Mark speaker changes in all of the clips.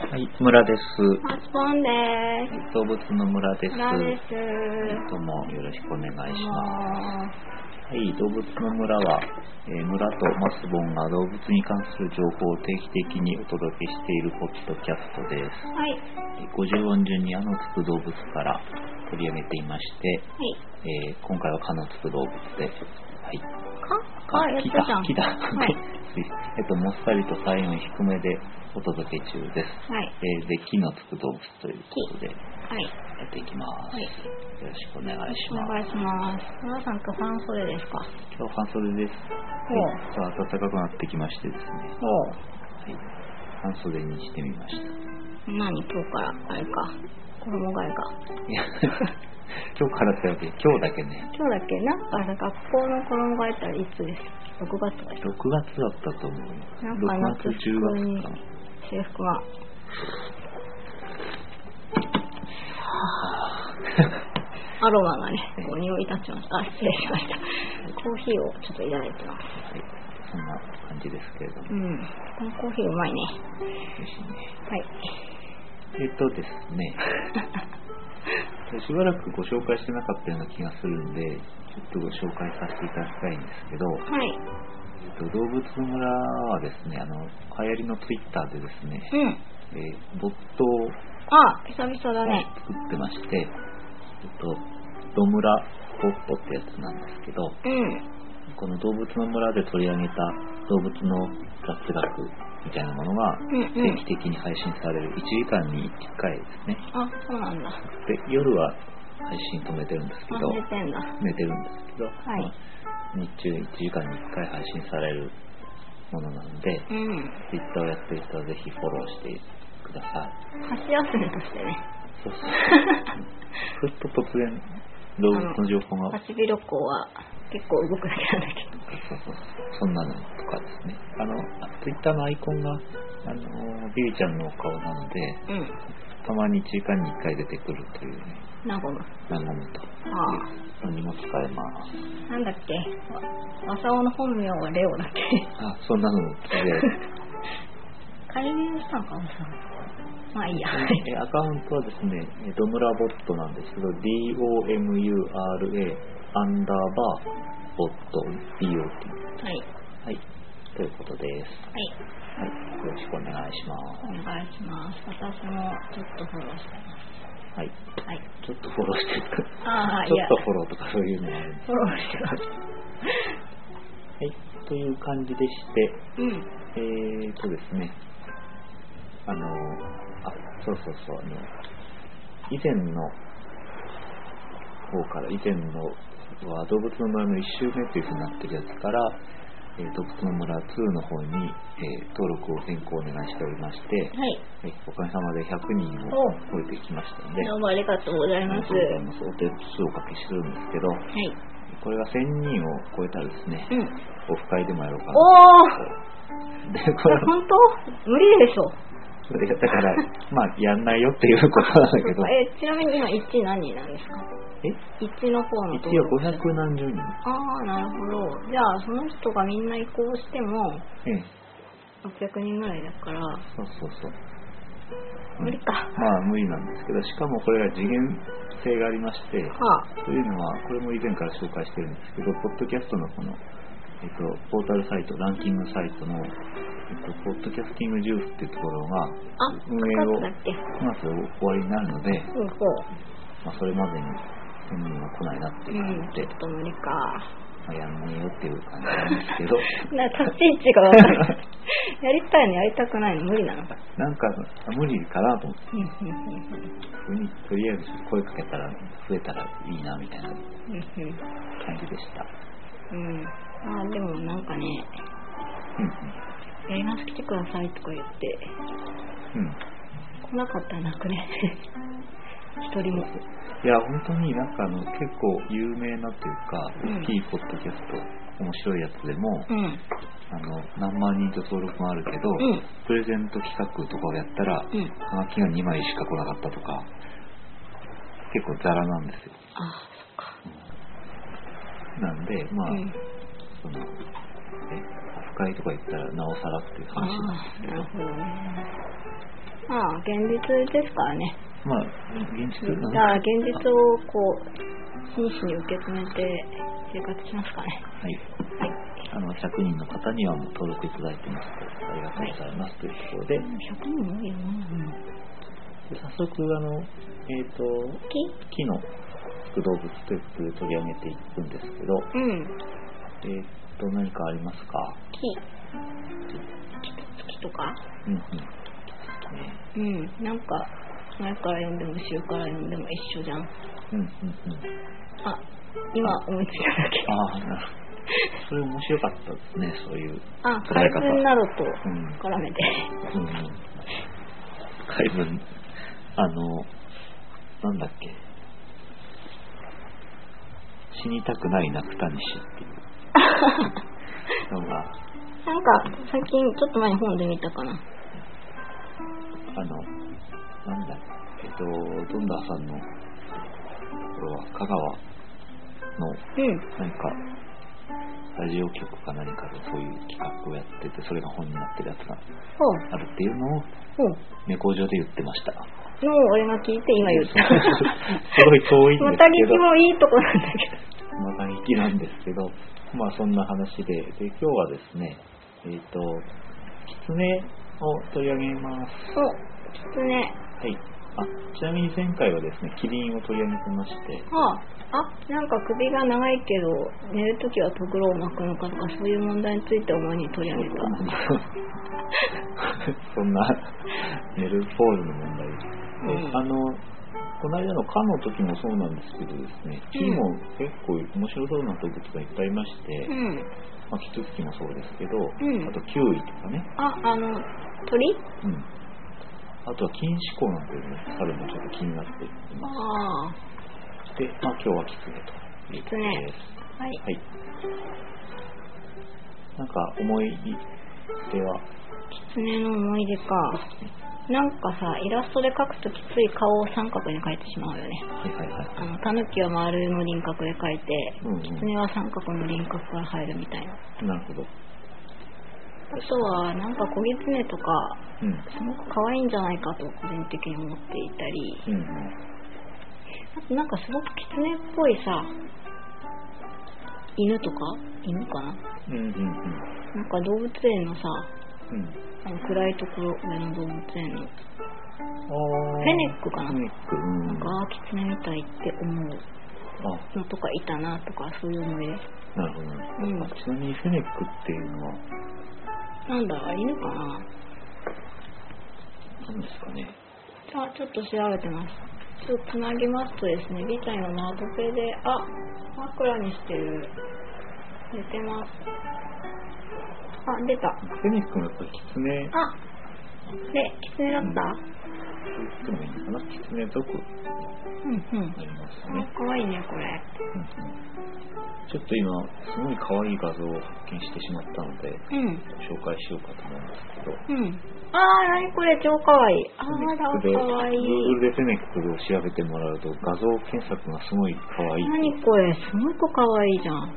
Speaker 1: はい、村です。
Speaker 2: マスボンで。
Speaker 1: 動物の村ですす。
Speaker 2: 村です。
Speaker 1: どうもよろしくお願いします。
Speaker 2: も
Speaker 1: はい、動物の村は、えー村とマスボンが動物に関する情報を定期的にお届けしているポッドキャストです。
Speaker 2: う、はい、
Speaker 1: えー50音順にあのつく動物から取り上げていまして、
Speaker 2: は
Speaker 1: え
Speaker 2: い。
Speaker 1: ー今回はかのつく動物で、はい、
Speaker 2: かあ、やっ
Speaker 1: 来
Speaker 2: たじ
Speaker 1: た
Speaker 2: ゃん。
Speaker 1: 来た。
Speaker 2: は い。
Speaker 1: えっと、もっさりと体温低めでお届け中です。
Speaker 2: はい。
Speaker 1: えーで、木のつく動物ということで、
Speaker 2: はい。
Speaker 1: やっていきます。
Speaker 2: はい。
Speaker 1: よろしくお願いし
Speaker 2: お
Speaker 1: ま
Speaker 2: 願
Speaker 1: す。
Speaker 2: いします。村さん、今日半袖ですか
Speaker 1: 今日半袖です。はい、さあ暖かくなってきましてですね。はい、半袖にしてみました。
Speaker 2: おう。何、今日から、あれか。衣替えが。
Speaker 1: いや今日からだよね。今日だけね。
Speaker 2: 今日だっけなんかさ、学校の衣替えっていつです ?6 月とかで
Speaker 1: 6夏だったと思う。
Speaker 2: なんか
Speaker 1: 6
Speaker 2: 夏
Speaker 1: 月、10月かな。
Speaker 2: す制服が。アロマがね、こう匂い立ちました。あ、失礼しました。コーヒーをちょっといただいてます。
Speaker 1: はい、そんな感じですけれども、
Speaker 2: うん。このコーヒーうまいね。
Speaker 1: 美味しいね。
Speaker 2: はい。
Speaker 1: えっとです ね。しばらくご紹介してなかったような気がするんで、ちょっとご紹介させていただきたいんですけど、
Speaker 2: はい。
Speaker 1: えっと、動物の村はですね、あの、流行りのツイッターでですね、
Speaker 2: うん。
Speaker 1: えーボットを
Speaker 2: あ、久々だね。
Speaker 1: 作ってまして、えっと、ドムラボットってやつなんですけど、
Speaker 2: うん。
Speaker 1: この動物の村で取り上げた動物の雑学みたいなものが
Speaker 2: うんう
Speaker 1: 定
Speaker 2: ん。
Speaker 1: 期的に配信される1時間に1回ですね。
Speaker 2: あ、そうなんだ。
Speaker 1: で、夜は配信止めてるんですけ
Speaker 2: あ、
Speaker 1: ど、
Speaker 2: 出てんだ。
Speaker 1: 寝てるんですけど、
Speaker 2: はい
Speaker 1: まあ日中1時間に1回配信されるものなので、
Speaker 2: うん。
Speaker 1: ツイッターをやってる人はぜひフォローしてください。
Speaker 2: 箸休めとしてね。
Speaker 1: そうそう。ふっと突然、動物の情報が、
Speaker 2: ハシビロコウは結構動くだけなんだけど。
Speaker 1: そうそうそう、そんなのとかですね。あの、ツイッターのアイコンが、あの、ビビちゃんのお顔なので、
Speaker 2: うん。
Speaker 1: たまに1時間に1回出てくるというね、
Speaker 2: ナゴム。
Speaker 1: なものと、
Speaker 2: あ
Speaker 1: のにも使えます。
Speaker 2: あ、なんだっけ。マサオの本名はレオだっ け。
Speaker 1: あ、そんなのも使え る。
Speaker 2: 改名したのかマサオ。まあいいや。
Speaker 1: えアカウントはですね、えドムラボットなんですけど、DOMURA アンダーバーボット BOT。
Speaker 2: はい。
Speaker 1: はい。ということです。
Speaker 2: は
Speaker 1: は
Speaker 2: い。
Speaker 1: い。よろしくお願いします。
Speaker 2: お願いします。私もちょっとフォローしてま
Speaker 1: はい。
Speaker 2: す。はい。
Speaker 1: ちょっとフォローしていく。
Speaker 2: ああ、い
Speaker 1: ちょ
Speaker 2: や
Speaker 1: っと。フォローとかそういうのもあるんで
Speaker 2: フォローしてます。
Speaker 1: はい。という感じでして、
Speaker 2: う
Speaker 1: え
Speaker 2: ん。
Speaker 1: ーとですね、あの、あ、そうそうそう、あの、以前の方から、以前のは動物の村の1周目というふうになってるやつから、えー動物の村2の方に、えー登録を変更お願いしておりまして、
Speaker 2: はい。
Speaker 1: えーおかげさまで100人を超えてきましたので、
Speaker 2: どうもありがとうござい
Speaker 1: あり
Speaker 2: ま
Speaker 1: が
Speaker 2: す。
Speaker 1: とうござい
Speaker 2: は
Speaker 1: ます。お手数をおかけしてるんですけど、
Speaker 2: い。
Speaker 1: これが1000人を超えたらですね、
Speaker 2: うん。
Speaker 1: オフ会でもやろうかなと。
Speaker 2: おお
Speaker 1: で、これは
Speaker 2: 本当無理でしょ。
Speaker 1: それだから、 まあ、やんないよっていうことなんだけど、
Speaker 2: え、ちなみに今1何人なんですか
Speaker 1: え
Speaker 2: 一の方の
Speaker 1: 一応500何十人。
Speaker 2: ああ、なるほど。じゃあ、その人がみんな移行しても、
Speaker 1: ええ、
Speaker 2: 600人ぐらいだから、
Speaker 1: そうそうそう。うん
Speaker 2: 無理か。は
Speaker 1: まあ、無理なんですけど、しかもこれが次元性がありまして、
Speaker 2: あ、
Speaker 1: というのは、これも以前から紹介してるんですけど、ポッドキャストのこの、えっと、ポータルサイト、ランキングサイトの、えっと、ポッドキャスティングジュースっていうところが、
Speaker 2: あ、
Speaker 1: 運
Speaker 2: 9
Speaker 1: 営を
Speaker 2: 月だっけ
Speaker 1: 9月で終わりになるので、
Speaker 2: うん、こ
Speaker 1: まあ、それまでに1000人は来ないなって
Speaker 2: う。う
Speaker 1: いうん感、じ
Speaker 2: ちょ
Speaker 1: で
Speaker 2: っ、と無理か。
Speaker 1: まあ、やんねえよっていう感じなんです けど、
Speaker 2: な、立ち位置が分からない。やりたいのやりたくないの無理なのか。
Speaker 1: なんか無理かなと思って
Speaker 2: うん、うん、うん、うん。
Speaker 1: ふにとりあえず声かけたら増えたらいいなみたいな
Speaker 2: うん、うん。
Speaker 1: 感じでした。
Speaker 2: うん、あでもなんかね
Speaker 1: う
Speaker 2: 「やります来てください」とか言って
Speaker 1: んうん。うん。
Speaker 2: 来なかったら泣くね 一人も
Speaker 1: いや、本当になんかあの結構有名なというか、
Speaker 2: う
Speaker 1: 大
Speaker 2: ん
Speaker 1: きいポッドキャスト、面白いやつでも、
Speaker 2: うん
Speaker 1: あの、何万人と登録もあるけど、
Speaker 2: うん
Speaker 1: プレゼント企画とかをやったら、
Speaker 2: うん
Speaker 1: ハガキが2枚しか来なかったとか、結構ザラなんですよ。
Speaker 2: あそっか
Speaker 1: なんで、まあ、
Speaker 2: うん
Speaker 1: その、え、オフ会とか行ったらなおさらっていう話なんですけ
Speaker 2: あなる
Speaker 1: ど、
Speaker 2: ほどねまあ、現実ですからね。
Speaker 1: まあ、現実
Speaker 2: だ
Speaker 1: なん
Speaker 2: から現実をこう、真摯に受け止めて生活しますかね。
Speaker 1: はい。
Speaker 2: はい。
Speaker 1: あの、100人の方にはもう登録いただいてますとありがとうございますというところで、
Speaker 2: 100人多いよな。
Speaker 1: で早速、あの、えっ、と、
Speaker 2: き
Speaker 1: 木の副動物ということで取り上げていくんですけど、
Speaker 2: うん。
Speaker 1: えっ、と、何かありますか
Speaker 2: 木。木とか
Speaker 1: うんうん。ね
Speaker 2: うん。なんか、前から読んでも後ろから読んでも一緒じゃ
Speaker 1: う
Speaker 2: ん。
Speaker 1: んうんうん。
Speaker 2: あ、今思いついただけ。
Speaker 1: ああ、なるほど。それ面白かったですね、そういう。
Speaker 2: あ、
Speaker 1: 捉
Speaker 2: 怪
Speaker 1: え方
Speaker 2: 文などと
Speaker 1: うん
Speaker 2: 絡めて。
Speaker 1: うん、怪文、あの、なんだっけ、死にたくない泣くたにしっていうのが、
Speaker 2: なんか、最近、ちょっと前に本で見たかな。
Speaker 1: あの、なんだ、えっと、ドンダーさんの、これは香川の
Speaker 2: うん。
Speaker 1: 何か、ラジオ局か何かでそういう企画をやってて、それが本になってるやつが
Speaker 2: ほう。
Speaker 1: あるっていうのを、
Speaker 2: ほう。
Speaker 1: 猫上で言ってました。
Speaker 2: のを俺が聞いて今 言った。
Speaker 1: すごい遠いんですけど。
Speaker 2: また聞きもいいとこなんだけど。
Speaker 1: また引きなんですけど、まあそんな話で、で今日はですね、えっ、と、キツネを取り上げます。
Speaker 2: そう。きつね。
Speaker 1: はい。あ、ちなみに前回はですね、キリンを取り上げてまして、
Speaker 2: はあ。あ、なんか首が長いけど、寝るときはとぐろを巻くのかとか、そういう問題について主に取り上げた。
Speaker 1: そんな寝るポールの問題で、
Speaker 2: うん
Speaker 1: あの、この間の蚊の時もそうなんですけどですね、木も結構面白そうな動物がいっぱいいまして、
Speaker 2: うん。
Speaker 1: まあ、キツツキもそうですけど、
Speaker 2: ん
Speaker 1: あとキウイとかね、
Speaker 2: あ、あの、鳥
Speaker 1: うん。あとは禁止項なんていうのも猿もちょっと気になってい
Speaker 2: あ
Speaker 1: ま
Speaker 2: あ。は
Speaker 1: す。で、まあ今日はキツネということです。
Speaker 2: い。
Speaker 1: はい。なんか思い出は、
Speaker 2: きつねの思い出か。なんかさ、イラストで描くときつい顔を三角に描いてしまうよね。
Speaker 1: はいはいはい。
Speaker 2: あの、タヌキは丸の輪郭で描いて、
Speaker 1: うん
Speaker 2: キツネは三角の輪郭から入るみたいな。
Speaker 1: うん。なるほど。
Speaker 2: あとは、なんか小狐とか、
Speaker 1: うん。
Speaker 2: すごく可愛いんじゃないかと個人的に思っていたり、
Speaker 1: うんうん。
Speaker 2: あとなんかすごく狐っぽいさ、犬とか犬かな
Speaker 1: うんうん
Speaker 2: なんか動物園のさ、
Speaker 1: うん。うん。
Speaker 2: あの暗いところ、上の動物園の、
Speaker 1: あー
Speaker 2: フェネックかな
Speaker 1: フェネック。うん。
Speaker 2: なんか、あー狐みたいって思う
Speaker 1: あ、
Speaker 2: のとかいたなとか、そういう思い出。
Speaker 1: なるほどね。
Speaker 2: うん
Speaker 1: あちなみにフェネックっていうのは
Speaker 2: なんだろう、犬かな
Speaker 1: 何ですかね。
Speaker 2: じゃあ、ちょっと調べてます。ちょっとつなぎますとですね、ビーちゃん今マートペで、あ、枕にしてる。寝てます。あ、出た。
Speaker 1: フェネックもやっぱりキツネって
Speaker 2: あ、で、キツネだった
Speaker 1: 言ってもいいのかな。キツネ族に
Speaker 2: うんうん。
Speaker 1: なりますね。
Speaker 2: あ、かわいいね、これ。
Speaker 1: ちょっと今、すごい可愛い画像を発見してしまったので、
Speaker 2: うん。
Speaker 1: 紹介しようかと思うんですけど、
Speaker 2: うん。あー、なにこれ、超かわいい。あー、まだ
Speaker 1: で、
Speaker 2: かわいい。
Speaker 1: Google でフェネックを調べてもらうと、画像検索がすごい可愛い。
Speaker 2: なにこれ、すごくかわいいじゃん。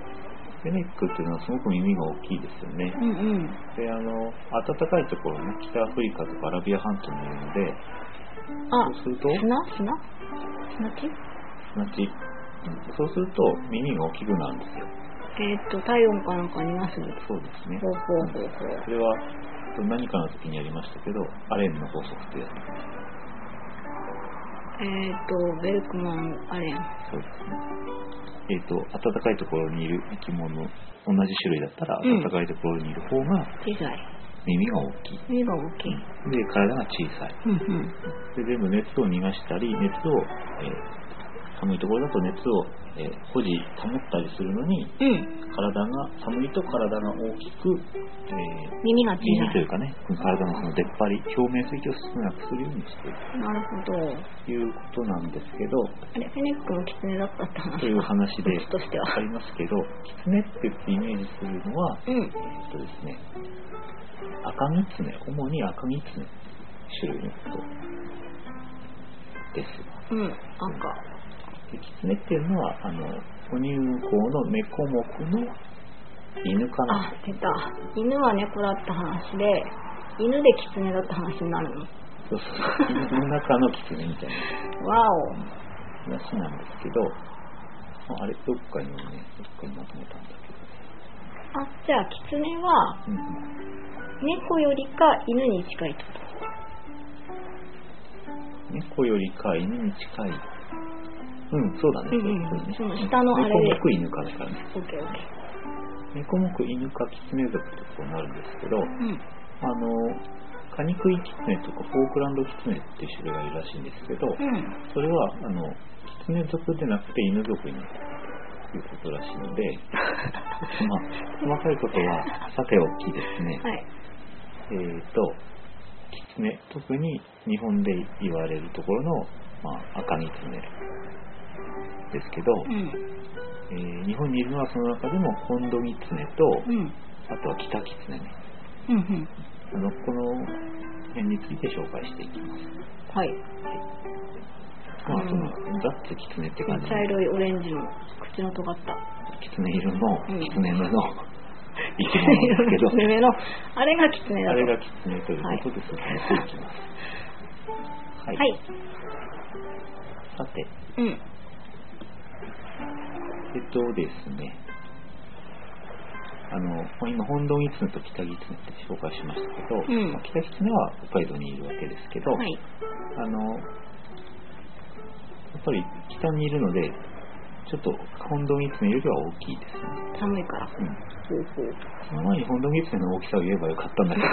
Speaker 1: フェネックっていうのはすごく耳が大きいですよね。
Speaker 2: うんうん。
Speaker 1: で、あの、暖かいところね、北アフリカとかアラビア半島にいるので、
Speaker 2: あ
Speaker 1: そう、すると、
Speaker 2: 砂砂砂地
Speaker 1: 砂地、うんそうすると耳が大きくなるんですよ。
Speaker 2: えーっと、体温かなんかにます
Speaker 1: そうですね
Speaker 2: ほ。うほうほうほう。
Speaker 1: それは、えっと何かの時にやりましたけど、アレンの法則ってやつ
Speaker 2: えーっと、ベルクマン、あれやん。
Speaker 1: そうですね。えっ、と、暖かいところにいる生き物、同じ種類だったら、
Speaker 2: うん
Speaker 1: 暖かいところにいる方が
Speaker 2: 小さい。
Speaker 1: 耳が大きい。
Speaker 2: 耳が大きい。
Speaker 1: で、体が小さい。
Speaker 2: うんうん。
Speaker 1: で、全部熱を逃がしたり、熱を、えー寒いところだと熱を、えー保持、保ったりするのに、
Speaker 2: うん。
Speaker 1: 体が、寒いと体が大きく、えー
Speaker 2: 耳が小
Speaker 1: 耳
Speaker 2: さ
Speaker 1: というかね、体のその出っ張り、表面積を少なくするようにしている
Speaker 2: い。なるほど。
Speaker 1: ということなんですけど、
Speaker 2: あれ、フェネックも狐だったって話
Speaker 1: という話で、
Speaker 2: としては
Speaker 1: ありますけど、キツネって言ってイメージするのは、
Speaker 2: うん。
Speaker 1: えっとですね、赤ギツネ、主に赤ギツネ、種類のことです。
Speaker 2: うん。赤。
Speaker 1: でキツネっていうのは、あの、哺乳綱の猫目の犬か
Speaker 2: あ
Speaker 1: な。、
Speaker 2: 出た。犬は猫だった話で、犬で狐だった話になるの。
Speaker 1: そうそうそう。の中のキツネみたい
Speaker 2: わお
Speaker 1: な話なんですけど、まああれ、どっかにもね、どっかにまとめたんだけど
Speaker 2: あじゃあキツネは
Speaker 1: うんうん。
Speaker 2: 猫よりか犬に近いってこと
Speaker 1: 猫よりか犬に近い。うん、そうだね。
Speaker 2: うんうん
Speaker 1: そうだね
Speaker 2: その下のあれで
Speaker 1: 猫もく犬かだからね。
Speaker 2: オッケーオッケー
Speaker 1: 猫もく犬かキツネ族ってことになるんですけど、
Speaker 2: うん
Speaker 1: あの、カニクイキツネとかフォークランドキツネっていう種類がいるらしいんですけど、
Speaker 2: うん
Speaker 1: それは、あの、キツネ族でなくて犬族になるということらしいので、まあ、細かいことはさておきですね、
Speaker 2: はい
Speaker 1: えーと、キツネ、特に日本で言われるところの、まあ、赤キツネですけど、
Speaker 2: う
Speaker 1: え
Speaker 2: ん
Speaker 1: ー日本にいるのはその中でも本土キツネと、
Speaker 2: うん
Speaker 1: あとは北キツネね。
Speaker 2: うんうん
Speaker 1: あの、この辺について紹介していきます。
Speaker 2: はい
Speaker 1: まあ、その、
Speaker 2: う
Speaker 1: ザッツキツネって感じ
Speaker 2: 茶色いオレンジの口の尖った
Speaker 1: キツネ色の
Speaker 2: うん
Speaker 1: キツネ 目の生き物ですけど、
Speaker 2: キツネのあれがキツネ
Speaker 1: あ
Speaker 2: だ
Speaker 1: れ
Speaker 2: と
Speaker 1: がキツネということで進めていきます。はい。
Speaker 2: はい
Speaker 1: さて、
Speaker 2: うん
Speaker 1: えっとですね、あの、まあ今、本堂キツネと北キツネって紹介しましたけど、
Speaker 2: うん
Speaker 1: まあ北キツネは北海道にいるわけですけど、
Speaker 2: はい
Speaker 1: あの、やっぱり北にいるので、ちょっと本堂キツネよりは大きいですね。
Speaker 2: 寒いから
Speaker 1: うん
Speaker 2: ほうほう
Speaker 1: その前にホンドギツネの大きさを言えばよかったんだけど、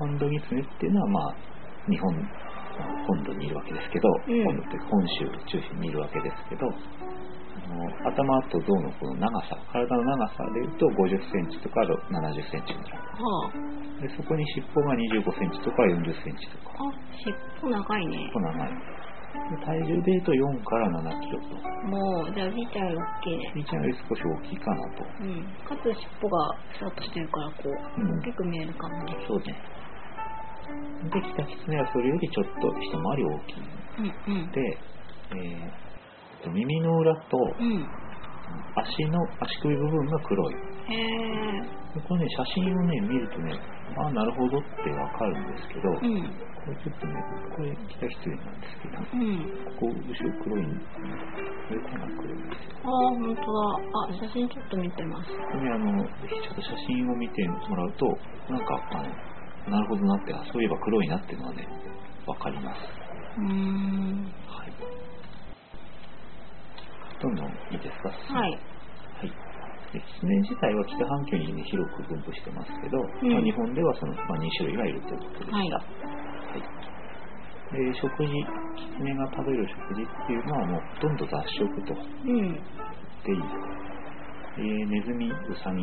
Speaker 1: ホンドギツネっていうのは、まあ、日本、本土にいるわけですけど、
Speaker 2: うん
Speaker 1: 本土というか本州を中心にいるわけですけど、あの頭と胴のこの長さ、体の長さでいうと50センチとか70センチぐら
Speaker 2: は
Speaker 1: い。
Speaker 2: あ
Speaker 1: で、そこに尻尾が25センチとか40センチとか、
Speaker 2: あ、尻尾長いね
Speaker 1: こ。の長い。で体重でいうと4から7キロと、
Speaker 2: もう、じゃあ、ビーちゃんより大きいね。
Speaker 1: みーちゃんより少し大きいかなと。
Speaker 2: うん。かつ、尻尾がふさっとしてるから、こう、
Speaker 1: うん
Speaker 2: 大きく見えるかもね。
Speaker 1: そうね。で、キタキツネはそれよりちょっと一回り大きいの
Speaker 2: うん、うん。
Speaker 1: で、えーと耳の裏と
Speaker 2: うん。
Speaker 1: 足の足首部分が黒い。
Speaker 2: へえ。
Speaker 1: でこれね、写真をね、見るとね、ああ、なるほどってわかるんですけど、
Speaker 2: う
Speaker 1: こ
Speaker 2: ん。
Speaker 1: れちょっとね、これキタキツネなんですけど、
Speaker 2: うん。
Speaker 1: ここ後ろ黒いんですね。これかな、黒いんですよ。
Speaker 2: ああ、ほんとだ。あ、写真ちょっと見てます。
Speaker 1: これね、あの、ぜひちょっと写真を見てもらうと、なんか、あの、なるほどなって、あそういえば黒いなっていうのはね、わかります。
Speaker 2: うーん。
Speaker 1: はい。どんどんいいですか。
Speaker 2: は。
Speaker 1: はいい。でキツネ自体は北半球に、ね、広く分布してますけど、
Speaker 2: うん
Speaker 1: まあ日本ではその、まあ、2種類がいるということでした。
Speaker 2: は
Speaker 1: はいい。で食事、キツネが食べる食事っていうのはもうほとんど雑食と言っ
Speaker 2: うん。
Speaker 1: ていい。えーネズミ、ウサギ、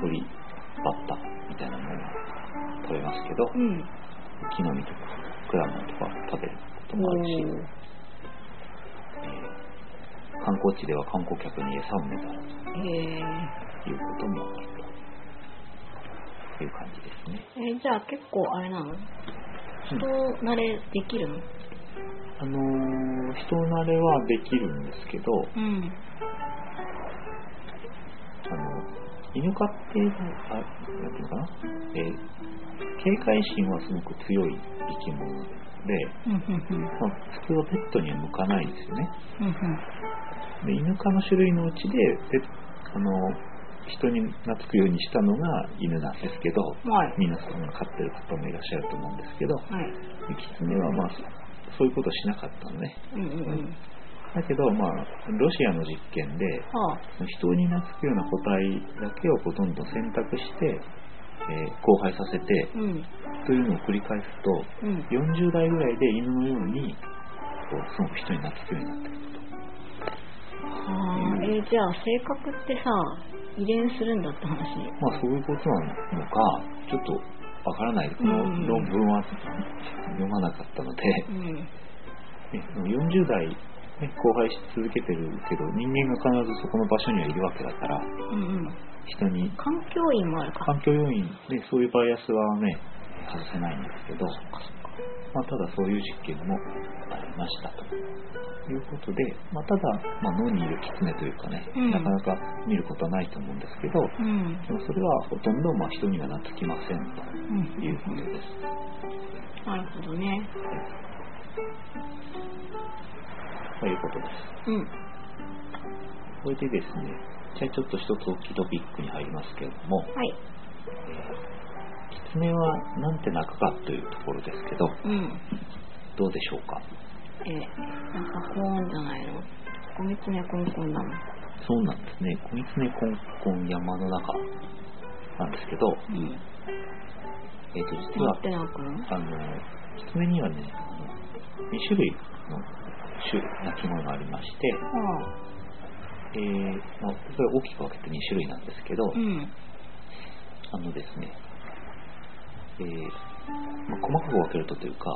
Speaker 1: 鳥、バッタみたいなものを食べますけど、
Speaker 2: うん。
Speaker 1: 木の実とか果物とか食べることもあるし、
Speaker 2: おー
Speaker 1: えー観光地では観光客に餌をねだる
Speaker 2: へえ。
Speaker 1: ということもあるという感じですね。
Speaker 2: え、じゃあ、結構、あれなの人慣れできるの
Speaker 1: あのー人慣れはできるんですけど、
Speaker 2: うん。
Speaker 1: あの犬飼って、あなんていうのかな、えー警戒心はすごく強い生き物で、
Speaker 2: うん、うん、うん。
Speaker 1: まあ、普通はペットには向かないですよね。
Speaker 2: うん、うん。
Speaker 1: で犬科の種類のうちで、ペあの人に懐くようにしたのが犬なんですけど、
Speaker 2: はい。
Speaker 1: 皆さんが飼ってる方もいらっしゃると思うんですけど、
Speaker 2: はい。
Speaker 1: キツネはまあそそういうことしなかったのね。
Speaker 2: うん、うん、うん。
Speaker 1: だけど、まあ、ロシアの実験で、
Speaker 2: はあ。
Speaker 1: 人に懐くような個体だけをこうどんどん選択して、えー交配させて
Speaker 2: うん、
Speaker 1: というのを繰り返すと、
Speaker 2: うん。
Speaker 1: 40代ぐらいで犬のように、こうすごく人に懐くようになってくる
Speaker 2: はあ、えーじゃあ性格ってさ遺伝するんだって話
Speaker 1: まあそういうことなのか、ちょっとわからない。この
Speaker 2: うん
Speaker 1: 論文は読まなかったので、
Speaker 2: うん
Speaker 1: ね、40代、ね、後輩し続けてるけど人間が必ずそこの場所にはいるわけだから
Speaker 2: うんうん
Speaker 1: 人に
Speaker 2: 環境因もあるか
Speaker 1: 環境要因でそういうバイアスはね外せないんですけど、まあ、ただそういう実験もありましたということで、まあ、ただ、まあ、野にいる狐というかね、
Speaker 2: うん
Speaker 1: なかなか見ることはないと思うんですけど、
Speaker 2: うん
Speaker 1: でもそれはほとんどまあ人には懐きませんと
Speaker 2: う
Speaker 1: いうこと
Speaker 2: ん
Speaker 1: です。
Speaker 2: なるほどね
Speaker 1: ということです。
Speaker 2: うん
Speaker 1: これでですね、じゃあちょっと一つ大きいトピックに入りますけれども、
Speaker 2: はい
Speaker 1: 狐はなんて鳴くかというところですけど、
Speaker 2: うん
Speaker 1: どうでしょうか。
Speaker 2: えなんか高音じゃないの小狐コンコンなの
Speaker 1: そうなんですね、小狐コンコン山の中なんですけど、
Speaker 2: うん
Speaker 1: えっ、と、実
Speaker 2: 鳴
Speaker 1: は
Speaker 2: っ、てなくの
Speaker 1: あの、狐にはね、あの2種類の種、鳴き声がありまして、
Speaker 2: ああ
Speaker 1: えーまあ、これ大きく分けて2種類なんですけど、
Speaker 2: うん
Speaker 1: あのですね、えーまあ、細かく分けるとというか、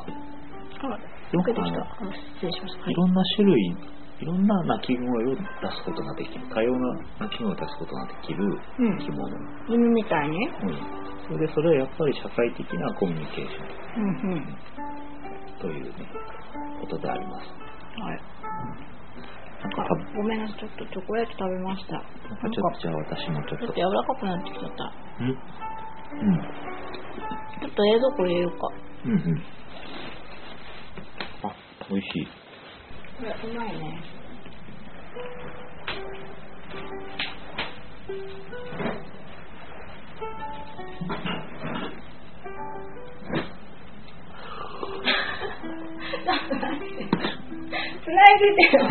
Speaker 2: あ
Speaker 1: よ
Speaker 2: 出
Speaker 1: く
Speaker 2: て
Speaker 1: あ
Speaker 2: きた
Speaker 1: の
Speaker 2: あ失礼しましたはい
Speaker 1: ろんな種類、いろんな鳴き声を出すことができる、多様な鳴き声を出すことができる
Speaker 2: うん
Speaker 1: 生き物。
Speaker 2: い犬みたいに
Speaker 1: うん、それでそれはやっぱり社会的なコミュニケーショ
Speaker 2: うんうん
Speaker 1: ンという、ね、ことであります。
Speaker 2: はい
Speaker 1: なんか
Speaker 2: あ
Speaker 1: たぶん、
Speaker 2: ごめんなさいちょっとチョコレート食べましたなん
Speaker 1: なん
Speaker 2: か
Speaker 1: かちょっとじゃあ私もちょ
Speaker 2: ち
Speaker 1: っと。
Speaker 2: ょっと柔らかくなってきちゃった
Speaker 1: うん
Speaker 2: ちょっと冷蔵庫入れようか
Speaker 1: うんうんうん。あ、美味し い。
Speaker 2: これうまいねつないでてよ。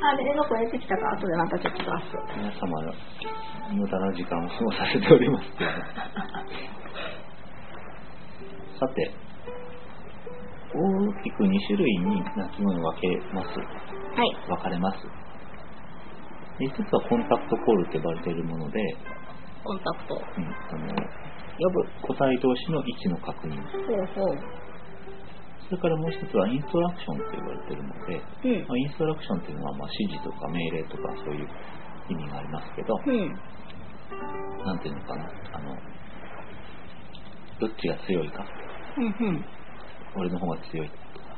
Speaker 2: あ、冷蔵庫入れてきたか、後でまたちょっと出す。
Speaker 1: 皆様の無駄な時間を過ごさせておりますけどねさて大きく2種類に鳴き声を分けます
Speaker 2: はい。
Speaker 1: 分かれますで一つはコンタクトコールと呼ばれているもので、
Speaker 2: コンタクト。
Speaker 1: うん、あの呼ぶ個体同士の位置の確認
Speaker 2: ほうほう。
Speaker 1: それからもう一つはインストラクションと呼ばれているもので、
Speaker 2: うん
Speaker 1: ま。あインストラクションというのはまあ指示とか命令とかそういう意味がありますけど、
Speaker 2: うん。
Speaker 1: なんていうのかな、あの、どっちが強いか、
Speaker 2: うんうん。
Speaker 1: 俺の方が強いとか、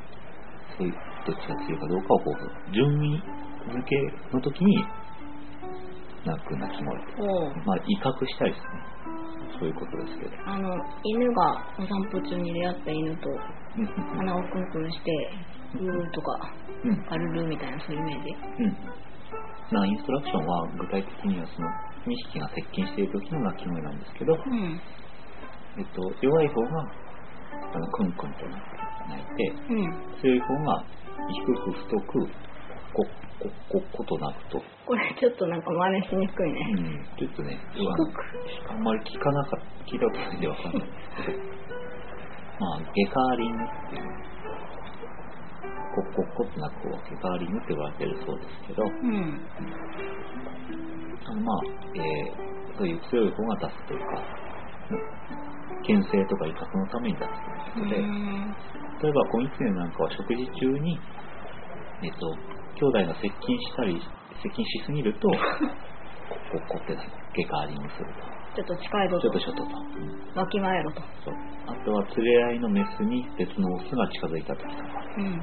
Speaker 1: そういう、どっちが強いかどうかをこう、順位付けの時に、泣く泣き声。
Speaker 2: ほう。
Speaker 1: まあ、威嚇したりですね。そういうことですけど。
Speaker 2: あの、犬がお散歩中に出会った犬と
Speaker 1: うん、
Speaker 2: 鼻をクンクンして、うーとか、
Speaker 1: うん、うん。
Speaker 2: あるるみたいなそういうイメージ。
Speaker 1: うん。なインストラクションは具体的にはその2匹が接近している時の鳴き声なんですけど、
Speaker 2: うん。
Speaker 1: えっと、弱い方があのクンクンと鳴いて、
Speaker 2: うん。
Speaker 1: 強い方が低く太くこここことなくと、
Speaker 2: これちょっとなんか真似しにくいね。
Speaker 1: ちょっとね
Speaker 2: 低く。
Speaker 1: あんまり聞かなかった聞いたことないんでわかんない んですけどまあゲカーリングっていうこここことなくをゲカーリングって言われてるそうですけど
Speaker 2: うん。
Speaker 1: あのまあ、えー、そういう強い方が出すというか牽制とか威嚇のために出すということで、
Speaker 2: うん
Speaker 1: 例えば子狐なんかは食事中に、えっと、兄弟が接近したり接近しすぎるとこここってなゲカーリングする
Speaker 2: ちょっと近いぞ
Speaker 1: とちょっ
Speaker 2: と
Speaker 1: と、ショットと
Speaker 2: わきまえろと。
Speaker 1: そうあとは連れ合いのメスに別のオスが近づいた時とか、
Speaker 2: うん。
Speaker 1: うん、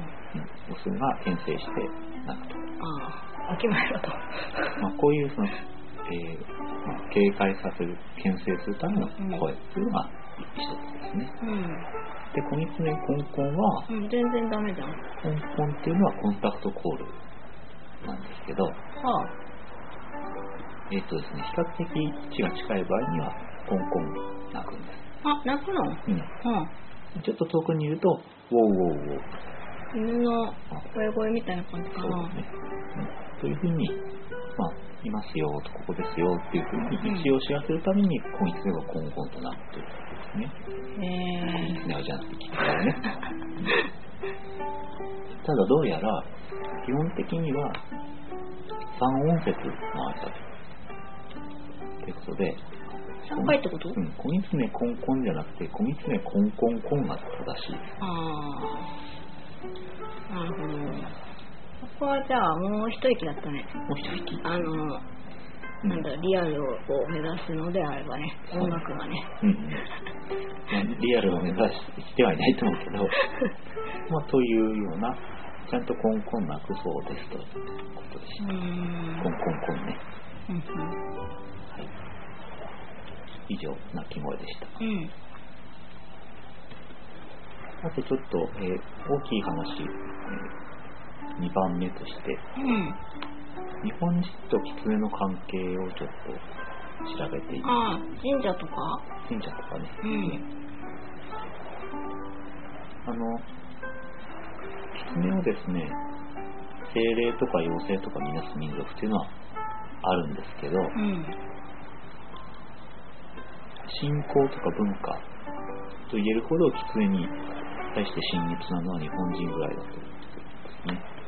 Speaker 1: オスが牽制して泣くと、
Speaker 2: ああ、わきまえろと。
Speaker 1: まあ、こういうその、えーまあ、警戒させる牽制するための声っていうのが一つですね
Speaker 2: うん。
Speaker 1: で子狐コンコンは
Speaker 2: うん、全然ダメじゃん。
Speaker 1: コンコンっていうのはコンタクトコールなんですけど、
Speaker 2: はあ。
Speaker 1: えっとですね、比較的位置が近い場合には、コンコン鳴くんです。
Speaker 2: あ、泣く
Speaker 1: う
Speaker 2: の
Speaker 1: ん。
Speaker 2: うん。
Speaker 1: ちょっと遠くにいると、ウォーウォーウォー。
Speaker 2: 犬の声声みたいな感じか
Speaker 1: そう
Speaker 2: な
Speaker 1: です。ね。うん、というふうに、まあ、いますよと、ここですよっていうふうに、位置を知らせるために、コンイツがコンコンと鳴くということですね。
Speaker 2: え
Speaker 1: キツネはじゃなくて、キツネはね。ただ、どうやら、基本的には、三音節の挨拶。ということで、
Speaker 2: ー、3回ってこと
Speaker 1: うん、小狐コンコンじゃなくて、小狐コンコンコンが正しい。
Speaker 2: ああ。なるほど。ここはじゃあもう一息だったね。
Speaker 1: もう一息。
Speaker 2: あの、
Speaker 1: うん
Speaker 2: なんだ、リアルを目指すのであればね、
Speaker 1: そう
Speaker 2: 音楽がね。
Speaker 1: うんうん。まあリアルを目指してはいないと思うけど、まあ、というような、ちゃんとコンコンなくそうですということでし
Speaker 2: う
Speaker 1: た。
Speaker 2: ん
Speaker 1: コンコンコンね。
Speaker 2: うん
Speaker 1: はい。以上、鳴き声でした。
Speaker 2: うん
Speaker 1: あとちょっと、えー大きい話、え2番目として、
Speaker 2: うん
Speaker 1: 日本人と狐の関係をちょっと調べていま
Speaker 2: ああ神社とか
Speaker 1: す神社とかね、
Speaker 2: うん
Speaker 1: あの、狐をですね、精霊とか妖精とかみなす民族っていうのはあるんですけど、
Speaker 2: うん
Speaker 1: 信仰とか文化と言えるほど狐に対して親密なのは日本人ぐらいだと思うんですね。
Speaker 2: うん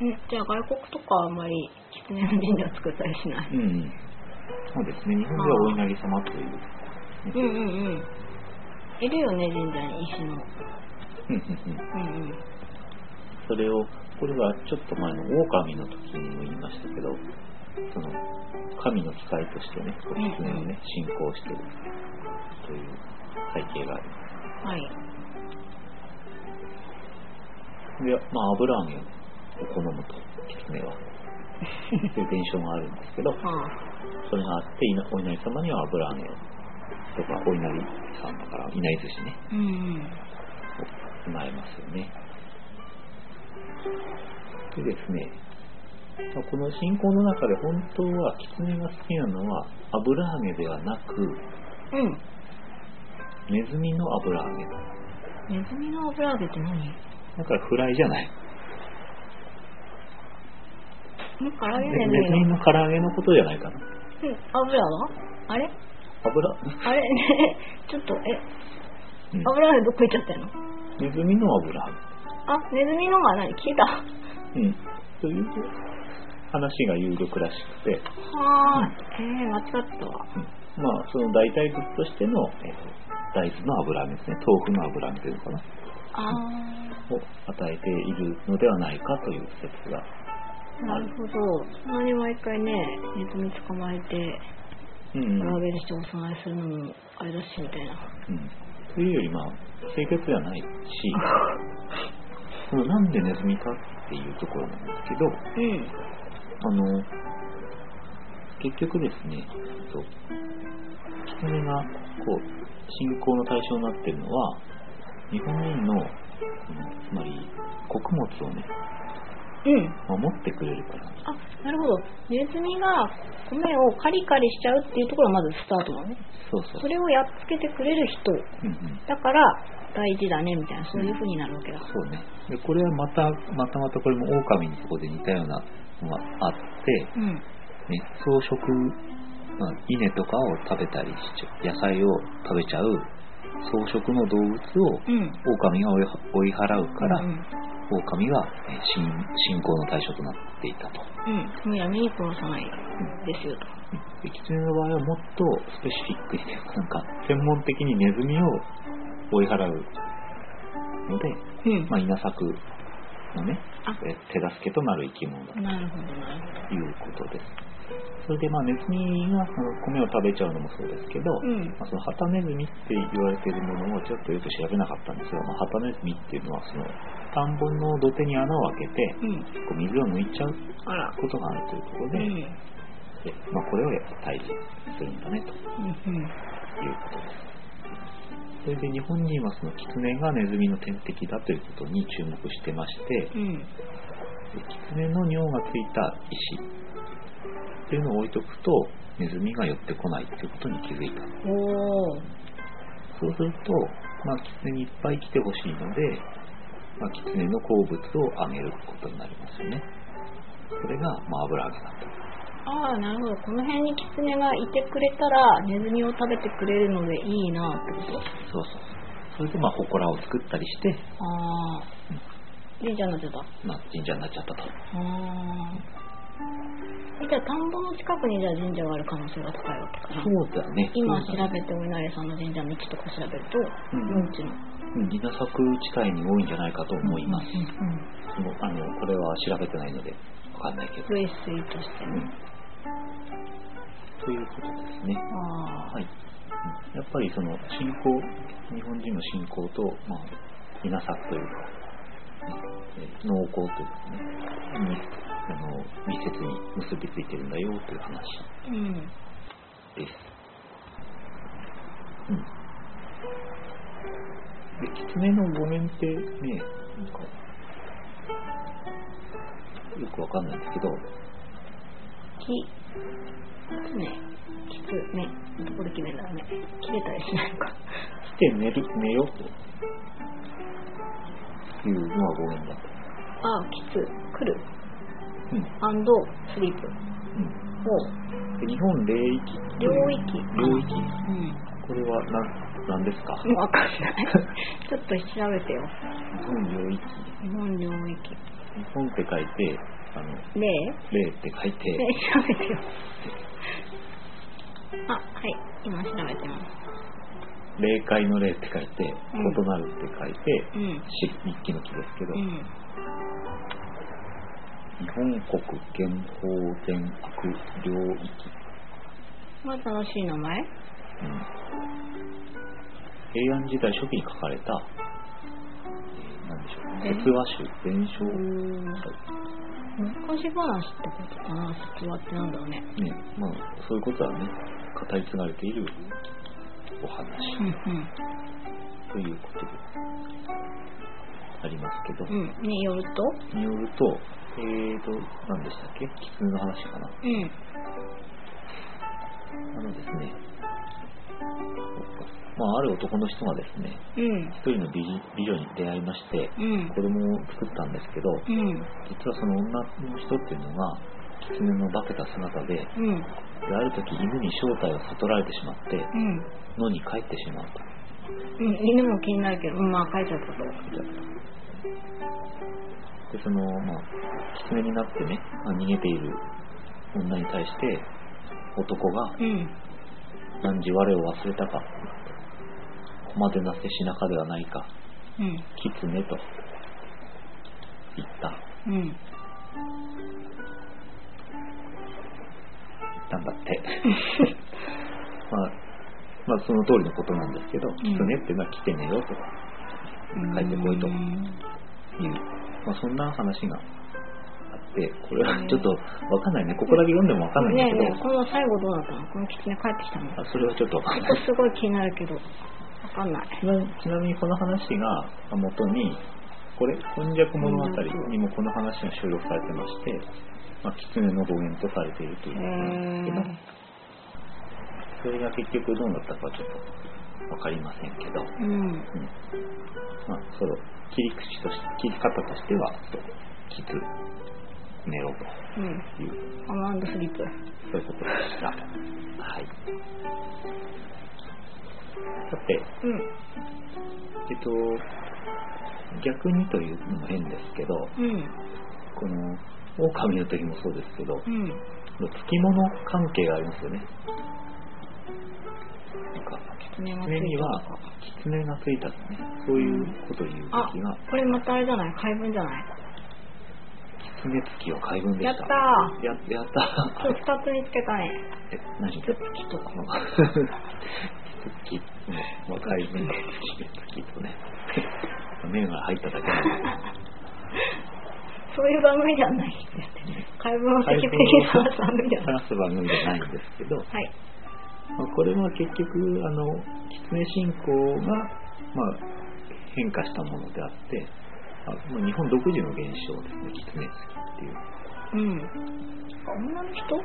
Speaker 2: じゃあ外国とかはあんまり狐の神社作ったりしない
Speaker 1: うんうん。そうですね。日本ではお稲荷様という。
Speaker 2: うんうんうんいるよね神社に石の
Speaker 1: うんうんうん。
Speaker 2: うんうん
Speaker 1: それを、これはちょっと前の狼の時にも言いましたけど、その、神の機械としてね、こう狐をね、信仰してるという背景がありま
Speaker 2: はい
Speaker 1: す。で、まあ、油揚げを好むと、狐は。という伝承があるんですけど、
Speaker 2: ああ
Speaker 1: それがあって、いなお稲荷様には油揚げを、とか、お稲荷さんだから、稲荷寿司ね、
Speaker 2: うんうん
Speaker 1: 踏まえますよね。でですね、まあこの信仰の中で本当は狐が好きなのは油揚げではなく、
Speaker 2: うん
Speaker 1: ネズミの油揚げだ。
Speaker 2: ネズミの油揚げって何
Speaker 1: だからフライじゃない。
Speaker 2: うん唐揚げ
Speaker 1: ね
Speaker 2: ネ
Speaker 1: ネズ
Speaker 2: ズ
Speaker 1: ミ
Speaker 2: ミの
Speaker 1: の唐揚げのことじゃないかな。
Speaker 2: うん油はあれ
Speaker 1: 油、
Speaker 2: あれ ちょっとえ
Speaker 1: うん
Speaker 2: 油揚げどっか行っちゃったの
Speaker 1: ネズミの油揚
Speaker 2: あネズミのが何聞いたは
Speaker 1: げ。うん。という話が有力らしくて、
Speaker 2: あえー、間違ったわ
Speaker 1: まあ、その代替物としての、えっと大豆の油揚げですね、豆腐の油揚げというのかな、
Speaker 2: あ
Speaker 1: を与えているのではないかという説が、
Speaker 2: ーなるほどそんなに毎回ねネズミ捕まえて
Speaker 1: うんう
Speaker 2: 油揚
Speaker 1: ん
Speaker 2: げにしてお供えするのもあれだしみたいな
Speaker 1: うんというより、まあ、清潔では ないし、そのなんでネズミかっていうところなんですけど、
Speaker 2: うん
Speaker 1: あの、結局ですね、そう、狐がこう、信仰の対象になっているのは、日本人の、そのつまり、穀物をね、
Speaker 2: うん
Speaker 1: 守ってくれるから。
Speaker 2: あなるほどネズミが米をカリカリしちゃうっていうところがまずスタートだね
Speaker 1: そうそう
Speaker 2: そ。れをやっつけてくれる人
Speaker 1: うんうん。
Speaker 2: だから大事だねみたいなそういう風になるわけだ
Speaker 1: そうね。で、これはまた、またまたこれも狼のとこで似たようなのがあって、
Speaker 2: うん
Speaker 1: ね、草食、まあ、稲とかを食べたりしちゃう、野菜を食べちゃう草食の動物を
Speaker 2: うん
Speaker 1: 狼が追い追い払うから、
Speaker 2: うん
Speaker 1: 狼がえー信信仰の対象となっていたと。
Speaker 2: うんむやみに殺さないですよと
Speaker 1: で狐の場合はもっとスペシフィックにというか、なんか専門的にネズミを追い払うので、
Speaker 2: うん
Speaker 1: まあ、稲作のね
Speaker 2: あ、
Speaker 1: えー手助けとなる生き物だ
Speaker 2: なるほどなるほど
Speaker 1: ということです。それでまあネズミがその米を食べちゃうのもそうですけど、
Speaker 2: うん
Speaker 1: まあ、そのハタネズミって言われているものをちょっとよく調べなかったんですが、まあ、ハタネズミっていうのはその田んぼの土手に穴を開けてこ
Speaker 2: うん
Speaker 1: う水を抜いちゃう
Speaker 2: あら
Speaker 1: ことがあるということで、でま
Speaker 2: うん
Speaker 1: あ、これをやっぱ退治するんだねという
Speaker 2: うんうん
Speaker 1: ことです。それで日本人はそのキツネがネズミの天敵だということに注目してまして、
Speaker 2: うん
Speaker 1: でキツネの尿がついた石っていうのを置いとくとネズミが寄ってこないっていうことに気づいた
Speaker 2: おー
Speaker 1: そうすると、まあ、キツネにいっぱい来てほしいので、まあ、キツネの好物をあげることになりますよねそれが、まあ、油揚げだと
Speaker 2: ああなるほどこの辺にキツネがいてくれたらネズミを食べてくれるのでいいなってこと
Speaker 1: そうそうそれでまあ祠を作ったりして、
Speaker 2: ああ神社になっちゃった
Speaker 1: まあ、神社になっちゃったと
Speaker 2: ああじゃあ田んぼの近くにじゃあ神社がある可能性が高いわけかな
Speaker 1: そうだね
Speaker 2: 今
Speaker 1: そ
Speaker 2: 調
Speaker 1: うだね
Speaker 2: べてお稲荷さんの神社の道とか調べると、
Speaker 1: うんうん
Speaker 2: 農地の
Speaker 1: 稲作地帯に多いんじゃないかと思います、
Speaker 2: うんう
Speaker 1: その
Speaker 2: んうん
Speaker 1: あのこれは調べてないのでわかんないけど
Speaker 2: 類推としてね、
Speaker 1: ということですね
Speaker 2: ああ
Speaker 1: はい、うんやっぱりその信仰日本人の信仰と、まあ、稲作というかえ濃厚というですね、にあの密接に結びついてるんだよという話
Speaker 2: うん
Speaker 1: です。うん。で、狐の語源ってね、なんか、よくわかんないんですけど、
Speaker 2: きつねきつねどこで決めるんだろうね切れたりしないのか
Speaker 1: 来て寝る、寝よと。いうのは語源だと。
Speaker 2: あきつ来る
Speaker 1: うん。
Speaker 2: アンドスリープ
Speaker 1: うん。
Speaker 2: を
Speaker 1: で日本霊域。
Speaker 2: 領域
Speaker 1: 領域。
Speaker 2: うん
Speaker 1: これは何、何ですか
Speaker 2: もうわかんない。ちょっと調べてよ。
Speaker 1: 日本領域。
Speaker 2: 日本領域。
Speaker 1: 日本って書いて、あの、
Speaker 2: 例
Speaker 1: 霊って書いて、
Speaker 2: 例調べてよ。あ、はい。今調べてます。
Speaker 1: 霊界の霊って書いて、
Speaker 2: うん
Speaker 1: 異なるって書いて、
Speaker 2: う
Speaker 1: し
Speaker 2: ん。
Speaker 1: 日記の記ですけど、
Speaker 2: うん。
Speaker 1: 日本国憲法全悪領域、
Speaker 2: まあ楽しい名前
Speaker 1: うん平安時代初期に書かれた、えーなんでしょう
Speaker 2: え
Speaker 1: ね、説話集、伝承
Speaker 2: う、ん。昔話ってことかな説話ってなんだろうね。
Speaker 1: ねまあ、そういうことはね、語り継がれているお話
Speaker 2: うんうん。
Speaker 1: ということでありますけど、
Speaker 2: うん。によると
Speaker 1: によると、えーと、何でしたっけ、狐の話かな。
Speaker 2: うん。
Speaker 1: あのですね、まあ、ある男の人がですね、
Speaker 2: うん。
Speaker 1: 一人の美人美女に出会いまして、
Speaker 2: うん。
Speaker 1: 子供を作ったんですけど、
Speaker 2: うん。
Speaker 1: 実はその女の人っていうのが、狐の化けた姿で、で
Speaker 2: うん。
Speaker 1: ある時犬に正体を悟られてしまって、
Speaker 2: うん。
Speaker 1: 野に帰ってしまうと。
Speaker 2: うん、犬も気になるけど、うんまあ書いちゃったと。
Speaker 1: で、その、まあ、狐になってね、まあ逃げている女に対して、男が、
Speaker 2: うん。
Speaker 1: 何時我を忘れたか、駒でなせしなかではないか、
Speaker 2: うん。
Speaker 1: 狐と言った、
Speaker 2: うん。
Speaker 1: 言ったんだ って。まあ、まあその通りのことなんですけど、狐っていうのは来てねよと書いてこいと
Speaker 2: う。
Speaker 1: いうんまあそんな話があって、これはちょっとわかんないね。ここだけ読んでもわかんない
Speaker 2: ねえ
Speaker 1: んだけ
Speaker 2: ねえ
Speaker 1: ど、
Speaker 2: この最後どうだったのこの狐帰ってきたのこ
Speaker 1: あそれはちょっとわかんない
Speaker 2: こ。すごい気になるけどわかんない
Speaker 1: ちなちなみにこの話が元に、これ、こんにゃく物語にもこの話が収録されてまして、まあ、狐の語源とされているという
Speaker 2: へ
Speaker 1: ことなんですけど、
Speaker 2: え
Speaker 1: それが結局どうなったかはちょっとわかりませんけど、
Speaker 2: うん
Speaker 1: まあ、その切り口として、切り方としては、そうキツネロ
Speaker 2: うん
Speaker 1: という、
Speaker 2: アマンドスリップ
Speaker 1: そういうことでした。はい。さて、
Speaker 2: うん
Speaker 1: えっと、逆にというのも変ですけど、
Speaker 2: うん
Speaker 1: この、狼の時もそうですけど、
Speaker 2: うん
Speaker 1: つきもの関係がありますよね。なんか、
Speaker 2: 狐がつ
Speaker 1: 狐
Speaker 2: い
Speaker 1: に
Speaker 2: た
Speaker 1: は
Speaker 2: とか、
Speaker 1: 狐がついたとね、そういうことを言う時
Speaker 2: あ
Speaker 1: が、
Speaker 2: これまたあれじゃない怪文じゃない
Speaker 1: 狐つきを海軍で
Speaker 2: やっ
Speaker 1: したた。
Speaker 2: ー
Speaker 1: ややった
Speaker 2: ちょっと2つ見つけたね
Speaker 1: え、何
Speaker 2: キツツキとか
Speaker 1: この、キツツキの若い目のキツキとね、 目が入っただけ なんで
Speaker 2: そういう番組じゃない怪文を積極的に探す番組じゃない
Speaker 1: 話す番組じゃないんですけど、
Speaker 2: はい
Speaker 1: まあこれは結局、あの、狐信仰が、まあ、変化したものであって、あまあ日本独自の現象ですね、狐好きっていう。
Speaker 2: うん女の人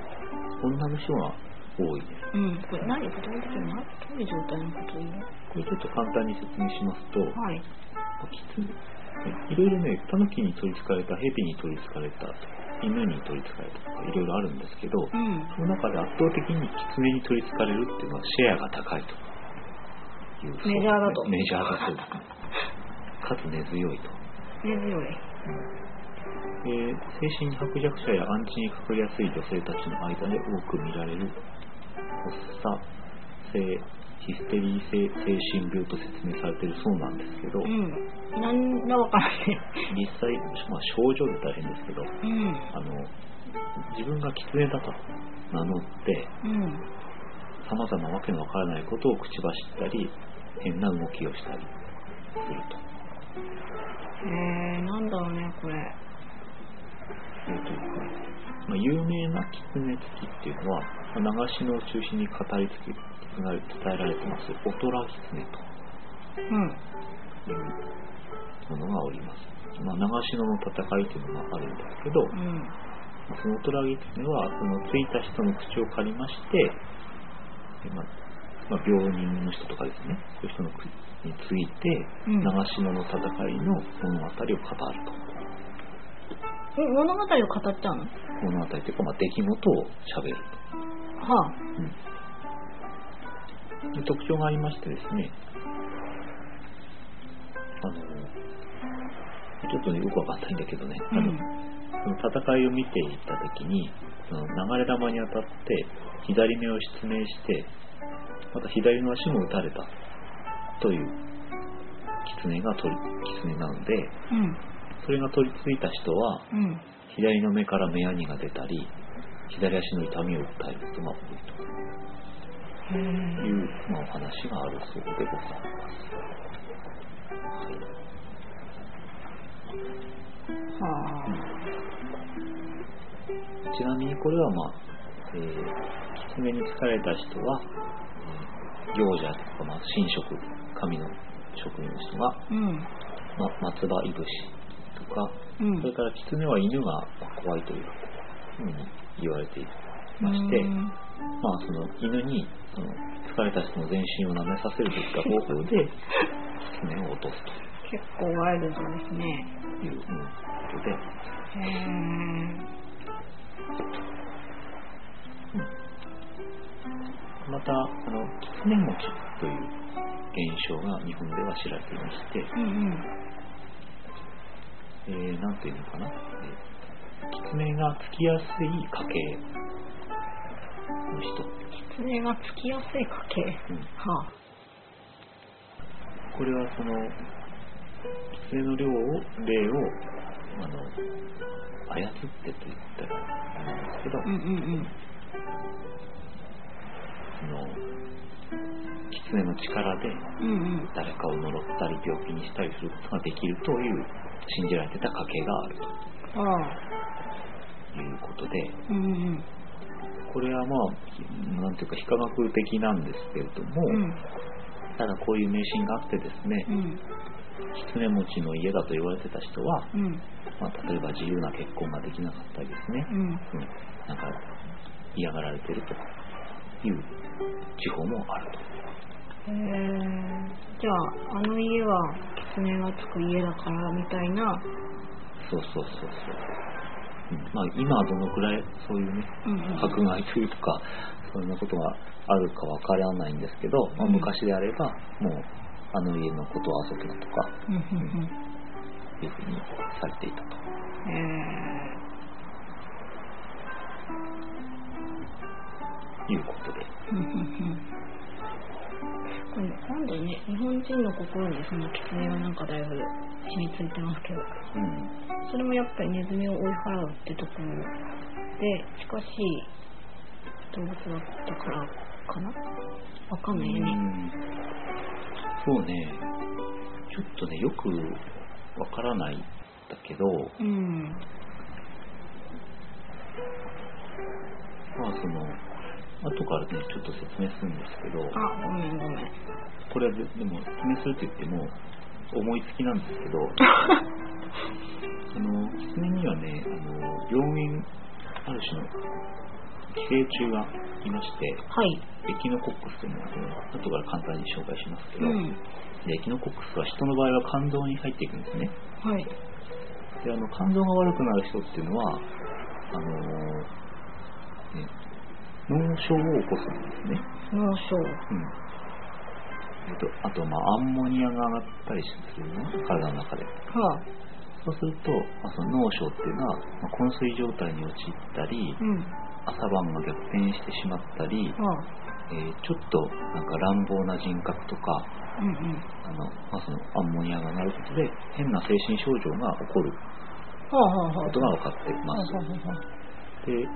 Speaker 1: 女の人が多いです。
Speaker 2: うんこれ何具体的に何どういう状態のことを言う
Speaker 1: これちょっと簡単に説明しますと、
Speaker 2: はい
Speaker 1: 狐いろいろね、タヌキに取り憑かれた、ヘビに取り憑かれた、犬に取り憑かれたとか、いろいろあるんですけど、
Speaker 2: うん
Speaker 1: その中で圧倒的に狐に取り憑かれるっていうのはシェアが高いという。
Speaker 2: メジャーだと
Speaker 1: メジャーだそうですね。かつ根強いと。
Speaker 2: 根強い
Speaker 1: えー精神薄弱者やアンチにかかりやすい女性たちの間で多く見られる発作性ヒステリー性精神病と説明されているそうなんですけど、
Speaker 2: うん。なんだわからんね。
Speaker 1: 実際、まあ、症状で大変ですけど
Speaker 2: うん。
Speaker 1: あの自分が狐だと名乗って
Speaker 2: うん。
Speaker 1: さまざまわけのわからないことを口走ったり変な動きをしたりすると
Speaker 2: えー、なんだろうね、これ。なんていうのこれ
Speaker 1: まあ、有名な狐月っていうのは、まあ流しのを中心に語り継ぎなる伝えられてます、おとら狐と
Speaker 2: うん。
Speaker 1: いうものがおります。まあ、流しのの戦いというのがあるんですけど、
Speaker 2: うん。
Speaker 1: そのおとら狐は、そのついた人の口を借りまして、でまあまあ、病人の人とかですね、そういう人の口について、
Speaker 2: うん
Speaker 1: 長篠の戦いの物語を語ると。
Speaker 2: え、物語を語っちゃうのは
Speaker 1: 物語というか、まあ、出来事を喋ると。
Speaker 2: あ。
Speaker 1: で特徴がありましてですね、あの、ちょっとね、よくわかんないんだけどね、あ
Speaker 2: う
Speaker 1: の
Speaker 2: ん。
Speaker 1: その戦いを見ていったときに、その流れ弾に当たって、左目を失明して、また左の足も打たれたという狐が取り、狐なので、
Speaker 2: うん。
Speaker 1: それが取り付いた人は、
Speaker 2: うん。
Speaker 1: 左の目から目やにが出たり、左足の痛みを訴える人が多い
Speaker 2: へ
Speaker 1: と
Speaker 2: ー
Speaker 1: いう、まあ、お話があるそうでございます。はい
Speaker 2: はあ。
Speaker 1: ちなみにこれはまあ、えー、狐に疲れた人は、行者とか、まあ、神職、神の職人の人が、
Speaker 2: うん。
Speaker 1: まあ、松葉いぶしとか、
Speaker 2: うん。
Speaker 1: それから狐は犬がまあ怖いというふうに言われていまして、
Speaker 2: うん
Speaker 1: まあその犬にその疲れた人の全身を舐めさせるといった方法で、狐を落とす
Speaker 2: 結構ワイルドですね。
Speaker 1: という、うんことで、
Speaker 2: へえ。
Speaker 1: また、あの、狐餅という現象が日本では知られていまして、
Speaker 2: うんうん。
Speaker 1: えー、なんていうのかな、えー、狐がつきやすい家系の人、
Speaker 2: 狐がつきやすい家系。
Speaker 1: うん
Speaker 2: はあ。
Speaker 1: これはその狐の量を霊をあの操ってと言ったらあれなんですけど、
Speaker 2: うんうんうん。
Speaker 1: その狐の力で
Speaker 2: うんうん。
Speaker 1: 誰かを呪ったり病気にしたりすることができるという信じられてた家系がある
Speaker 2: ああ。
Speaker 1: ということで
Speaker 2: うんうん
Speaker 1: これはまあなんていうか非科学的なんですけれども、
Speaker 2: うん。うん
Speaker 1: ただこういう迷信があってですね、
Speaker 2: うん
Speaker 1: 狐持ちの家だと言われてた人は、
Speaker 2: うん
Speaker 1: まあ、例えば自由な結婚ができなかったりですね、
Speaker 2: うん。
Speaker 1: うん、なんか嫌がられてるという地方もあると。
Speaker 2: へえ。じゃああの家は狐がつく家だからみたいな。
Speaker 1: そうそうそうそう。うんまあ、今はどのくらいそういうね、
Speaker 2: うんうん。
Speaker 1: 迫害というか、そんなことがあるかわからないんですけど、まあ、
Speaker 2: うん
Speaker 1: 昔であれば、もう、あの家のことは遊ぶなとか、
Speaker 2: うんうんうん。
Speaker 1: いうふうにされていたと。
Speaker 2: え
Speaker 1: いうことで。
Speaker 2: ーふんふんふんこれなんだね日本人の心にその狐はなんかだいぶ染みついてますけど
Speaker 1: うん。
Speaker 2: それもやっぱりネズミを追い払うってところで近しい動物だったからかなわかんないよ
Speaker 1: う
Speaker 2: ね
Speaker 1: んそうね、ちょっとね、よくわからないんだけど、
Speaker 2: うん
Speaker 1: まあその、後からね、ちょっと説明するんですけど、
Speaker 2: あごめんごめん
Speaker 1: これはででも説明するって言っても、思いつきなんで すけど、あの、狐にはね、あの、病原、ある種の寄生虫がいまして、
Speaker 2: はい
Speaker 1: エキノコックスというのを後から簡単に紹介しますけ
Speaker 2: う
Speaker 1: ど、
Speaker 2: ん
Speaker 1: でエキノコックスは人の場合は肝臓に入っていくんですね。
Speaker 2: はい
Speaker 1: であの肝臓が悪くなる人っていうのはあのーね、脳症を起こすんですね、
Speaker 2: 脳症
Speaker 1: うんえっと、あと、まあ、アンモニアが上がったりするの体の中で
Speaker 2: はあ
Speaker 1: そうすると、まあ、その脳症っていうのは、まあ、昏睡状態に陥ったり
Speaker 2: うん
Speaker 1: 朝晩が逆転してしまったり、
Speaker 2: は
Speaker 1: えーちょっとなんか乱暴な人格とか
Speaker 2: あうんうんは
Speaker 1: あの、まあ、そのアンモニアが上がることで変な精神症状が起こる
Speaker 2: あはあはあ
Speaker 1: ことが分かってい
Speaker 2: はあ
Speaker 1: ます
Speaker 2: はあは
Speaker 1: で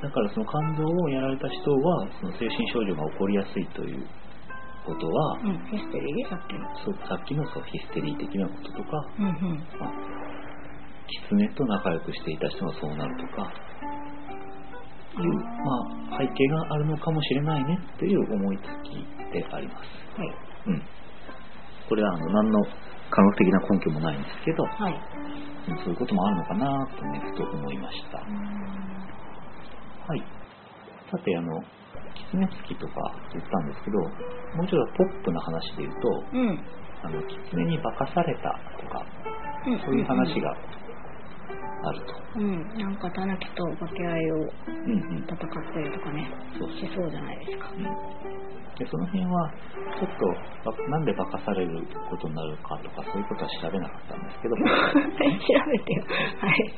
Speaker 1: だからその肝臓をやられた人はその精神症状が起こりやすいということは、
Speaker 2: うん、ヒステリーさっきの。
Speaker 1: そうさっきのそうヒステリー的なこととか、
Speaker 2: うんうん。
Speaker 1: まあ、狐と仲良くしていた人がそうなるとかいう、まあ、背景があるのかもしれないねという思いつきであります。
Speaker 2: はい。
Speaker 1: うん、これはあの何の科学的な根拠もないんですけど、
Speaker 2: はい。
Speaker 1: うんそういうこともあるのかなとねふと思いました。はい。さて、あの、キツネ好きとか言ったんですけど、もうちょっとポップな話で言うと、
Speaker 2: うん。うん。
Speaker 1: あの、キツネに化かされたとか、そういう話。があると。
Speaker 2: うん。なんか、タヌキと化け合いを
Speaker 1: うんうん。
Speaker 2: 戦ったりとかね、
Speaker 1: そうそう
Speaker 2: しそうじゃないですか。
Speaker 1: うんで、その辺は、ちょっとば、なんで化かされることになるかとか、そういうことは調べなかったんですけど、
Speaker 2: 調べてよ。はい。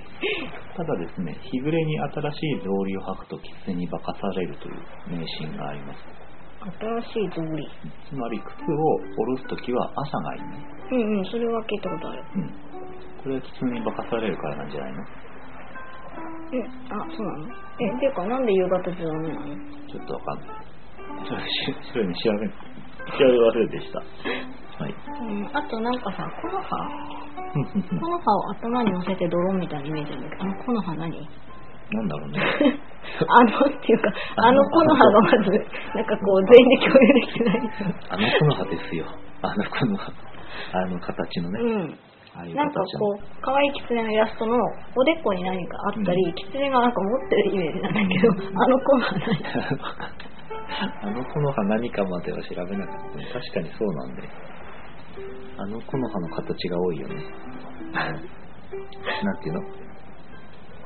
Speaker 1: ただですね、日暮れに新しい草履を履くとキツネに化かされるという迷信があります。
Speaker 2: 新しい草履。
Speaker 1: つまり、靴を下ろすときは朝がいいね。
Speaker 2: うんうん、それは聞いたことある。
Speaker 1: うん。これはキツネに化かされるからなんじゃないの
Speaker 2: え、あ、そうなのえ、ていうか、なんで夕方じゃダメなの
Speaker 1: ちょっとわかんない。それし、それに調べ、調べ忘れでした。はい。
Speaker 2: うん、あとなんかさ、木の葉
Speaker 1: ふんふんふん
Speaker 2: 木の葉を頭に乗せてドローンみたいなイメージあるんだけど、あの木の葉何
Speaker 1: なんだろうね。
Speaker 2: あのっていうか、あの木の葉がま ず、なんかこう、全員で共有できてない。
Speaker 1: あの木の葉ですよ。あの木の葉。あの形のね。
Speaker 2: うん。
Speaker 1: ああいう形の。
Speaker 2: なんかこう、可愛い狐のイラストのおでこに何かあったり、
Speaker 1: う
Speaker 2: 狐がなんか持ってるイメージなんだけど、あの木の葉何
Speaker 1: あの木の葉何かまでは調べなかったね。確かにそうなんで。あの木の葉の形が多いよね。なんていうの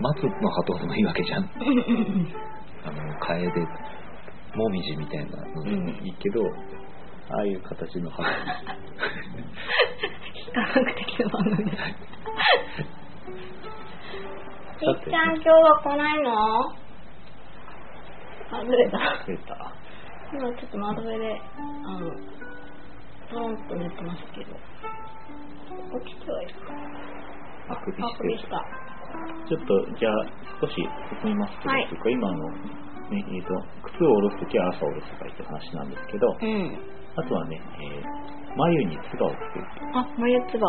Speaker 1: 松の葉とかでもいいわけじゃん。あの、カエデ、モミジみたいなのでもいいけど、ああいう形の葉。
Speaker 2: 科学的な番組だ。
Speaker 1: て
Speaker 2: みっちゃん今日は来ないのあ、ずれた。
Speaker 1: 出た。
Speaker 2: 今ちょっと窓辺で、あの、ドロンと寝てますけど。起きてはいるかな。
Speaker 1: あくび
Speaker 2: あ、
Speaker 1: し。
Speaker 2: びしてた。
Speaker 1: ちょっと、じゃあ、少し進みますけど、
Speaker 2: はい
Speaker 1: というか今の、ね、えっ、と、靴を下ろすときは朝下ろせばいいって話なんですけど、
Speaker 2: うん。
Speaker 1: あとはね、えー眉に唾をつける。
Speaker 2: あ、眉唾。
Speaker 1: うん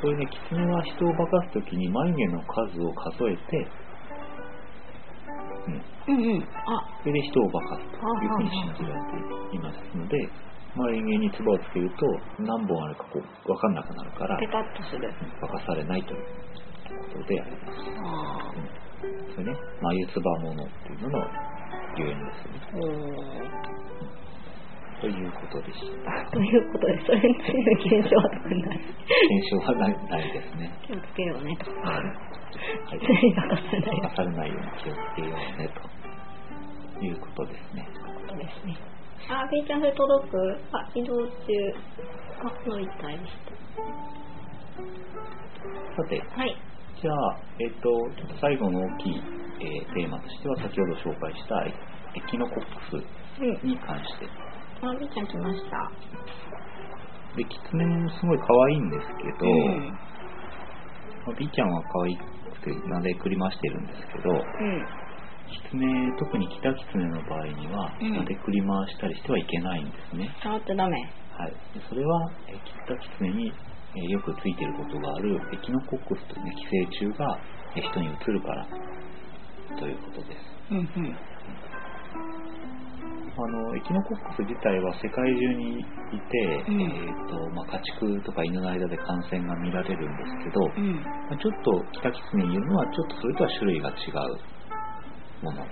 Speaker 1: これね、狐は人を化かすときに眉毛の数を数えて、うん、
Speaker 2: うんうん。あ、
Speaker 1: それで人を化かすというふうに信じられていますので、眉毛に唾をつけると何本あるかこう分かんなくなるから、
Speaker 2: ペタッとする。
Speaker 1: 化かされないということであります。
Speaker 2: あ
Speaker 1: それね、眉唾物っていうのの由縁ですね。
Speaker 2: ーおー
Speaker 1: ということでした。
Speaker 2: ということで、それについての検証は特にない。
Speaker 1: 検証はないないですね。
Speaker 2: 気をつけようねと。
Speaker 1: はい
Speaker 2: 狐に任せない
Speaker 1: 刺されないように気をつけようねということですね。
Speaker 2: ことですね。あ、ピーちゃんそれ届くあ、移動中。あ、の一体でし
Speaker 1: さて、
Speaker 2: た。はい。
Speaker 1: じゃあ、えっ、と、ちょっと最後の大きい、えーテーマとしては、先ほど紹介したエエキノコック
Speaker 2: うん
Speaker 1: スに関して。
Speaker 2: あ、ピーちゃん来ました。
Speaker 1: で、キツネもすごい可愛いんですけど、
Speaker 2: うん。
Speaker 1: まあ、ビーちゃんは可愛くて撫でくり回してるんですけど、
Speaker 2: うん。
Speaker 1: キツネ、特にキタキツネの場合には、
Speaker 2: うん
Speaker 1: 撫でくり回したりしてはいけないんですね。
Speaker 2: 触ってダメ。
Speaker 1: はい、でそれはえーキッタキツネにえーよくついていることがあるエキノコックスという、ね、寄生虫がえー人にうつるからということです
Speaker 2: うんうん。
Speaker 1: あのエキノコックス自体は世界中にいて、
Speaker 2: うん
Speaker 1: えーとまあ、家畜とか犬の間で感染が見られるんですけど、
Speaker 2: うん。
Speaker 1: まあちょっとキタキツネによるのはちょっとそれとは種類が違うもの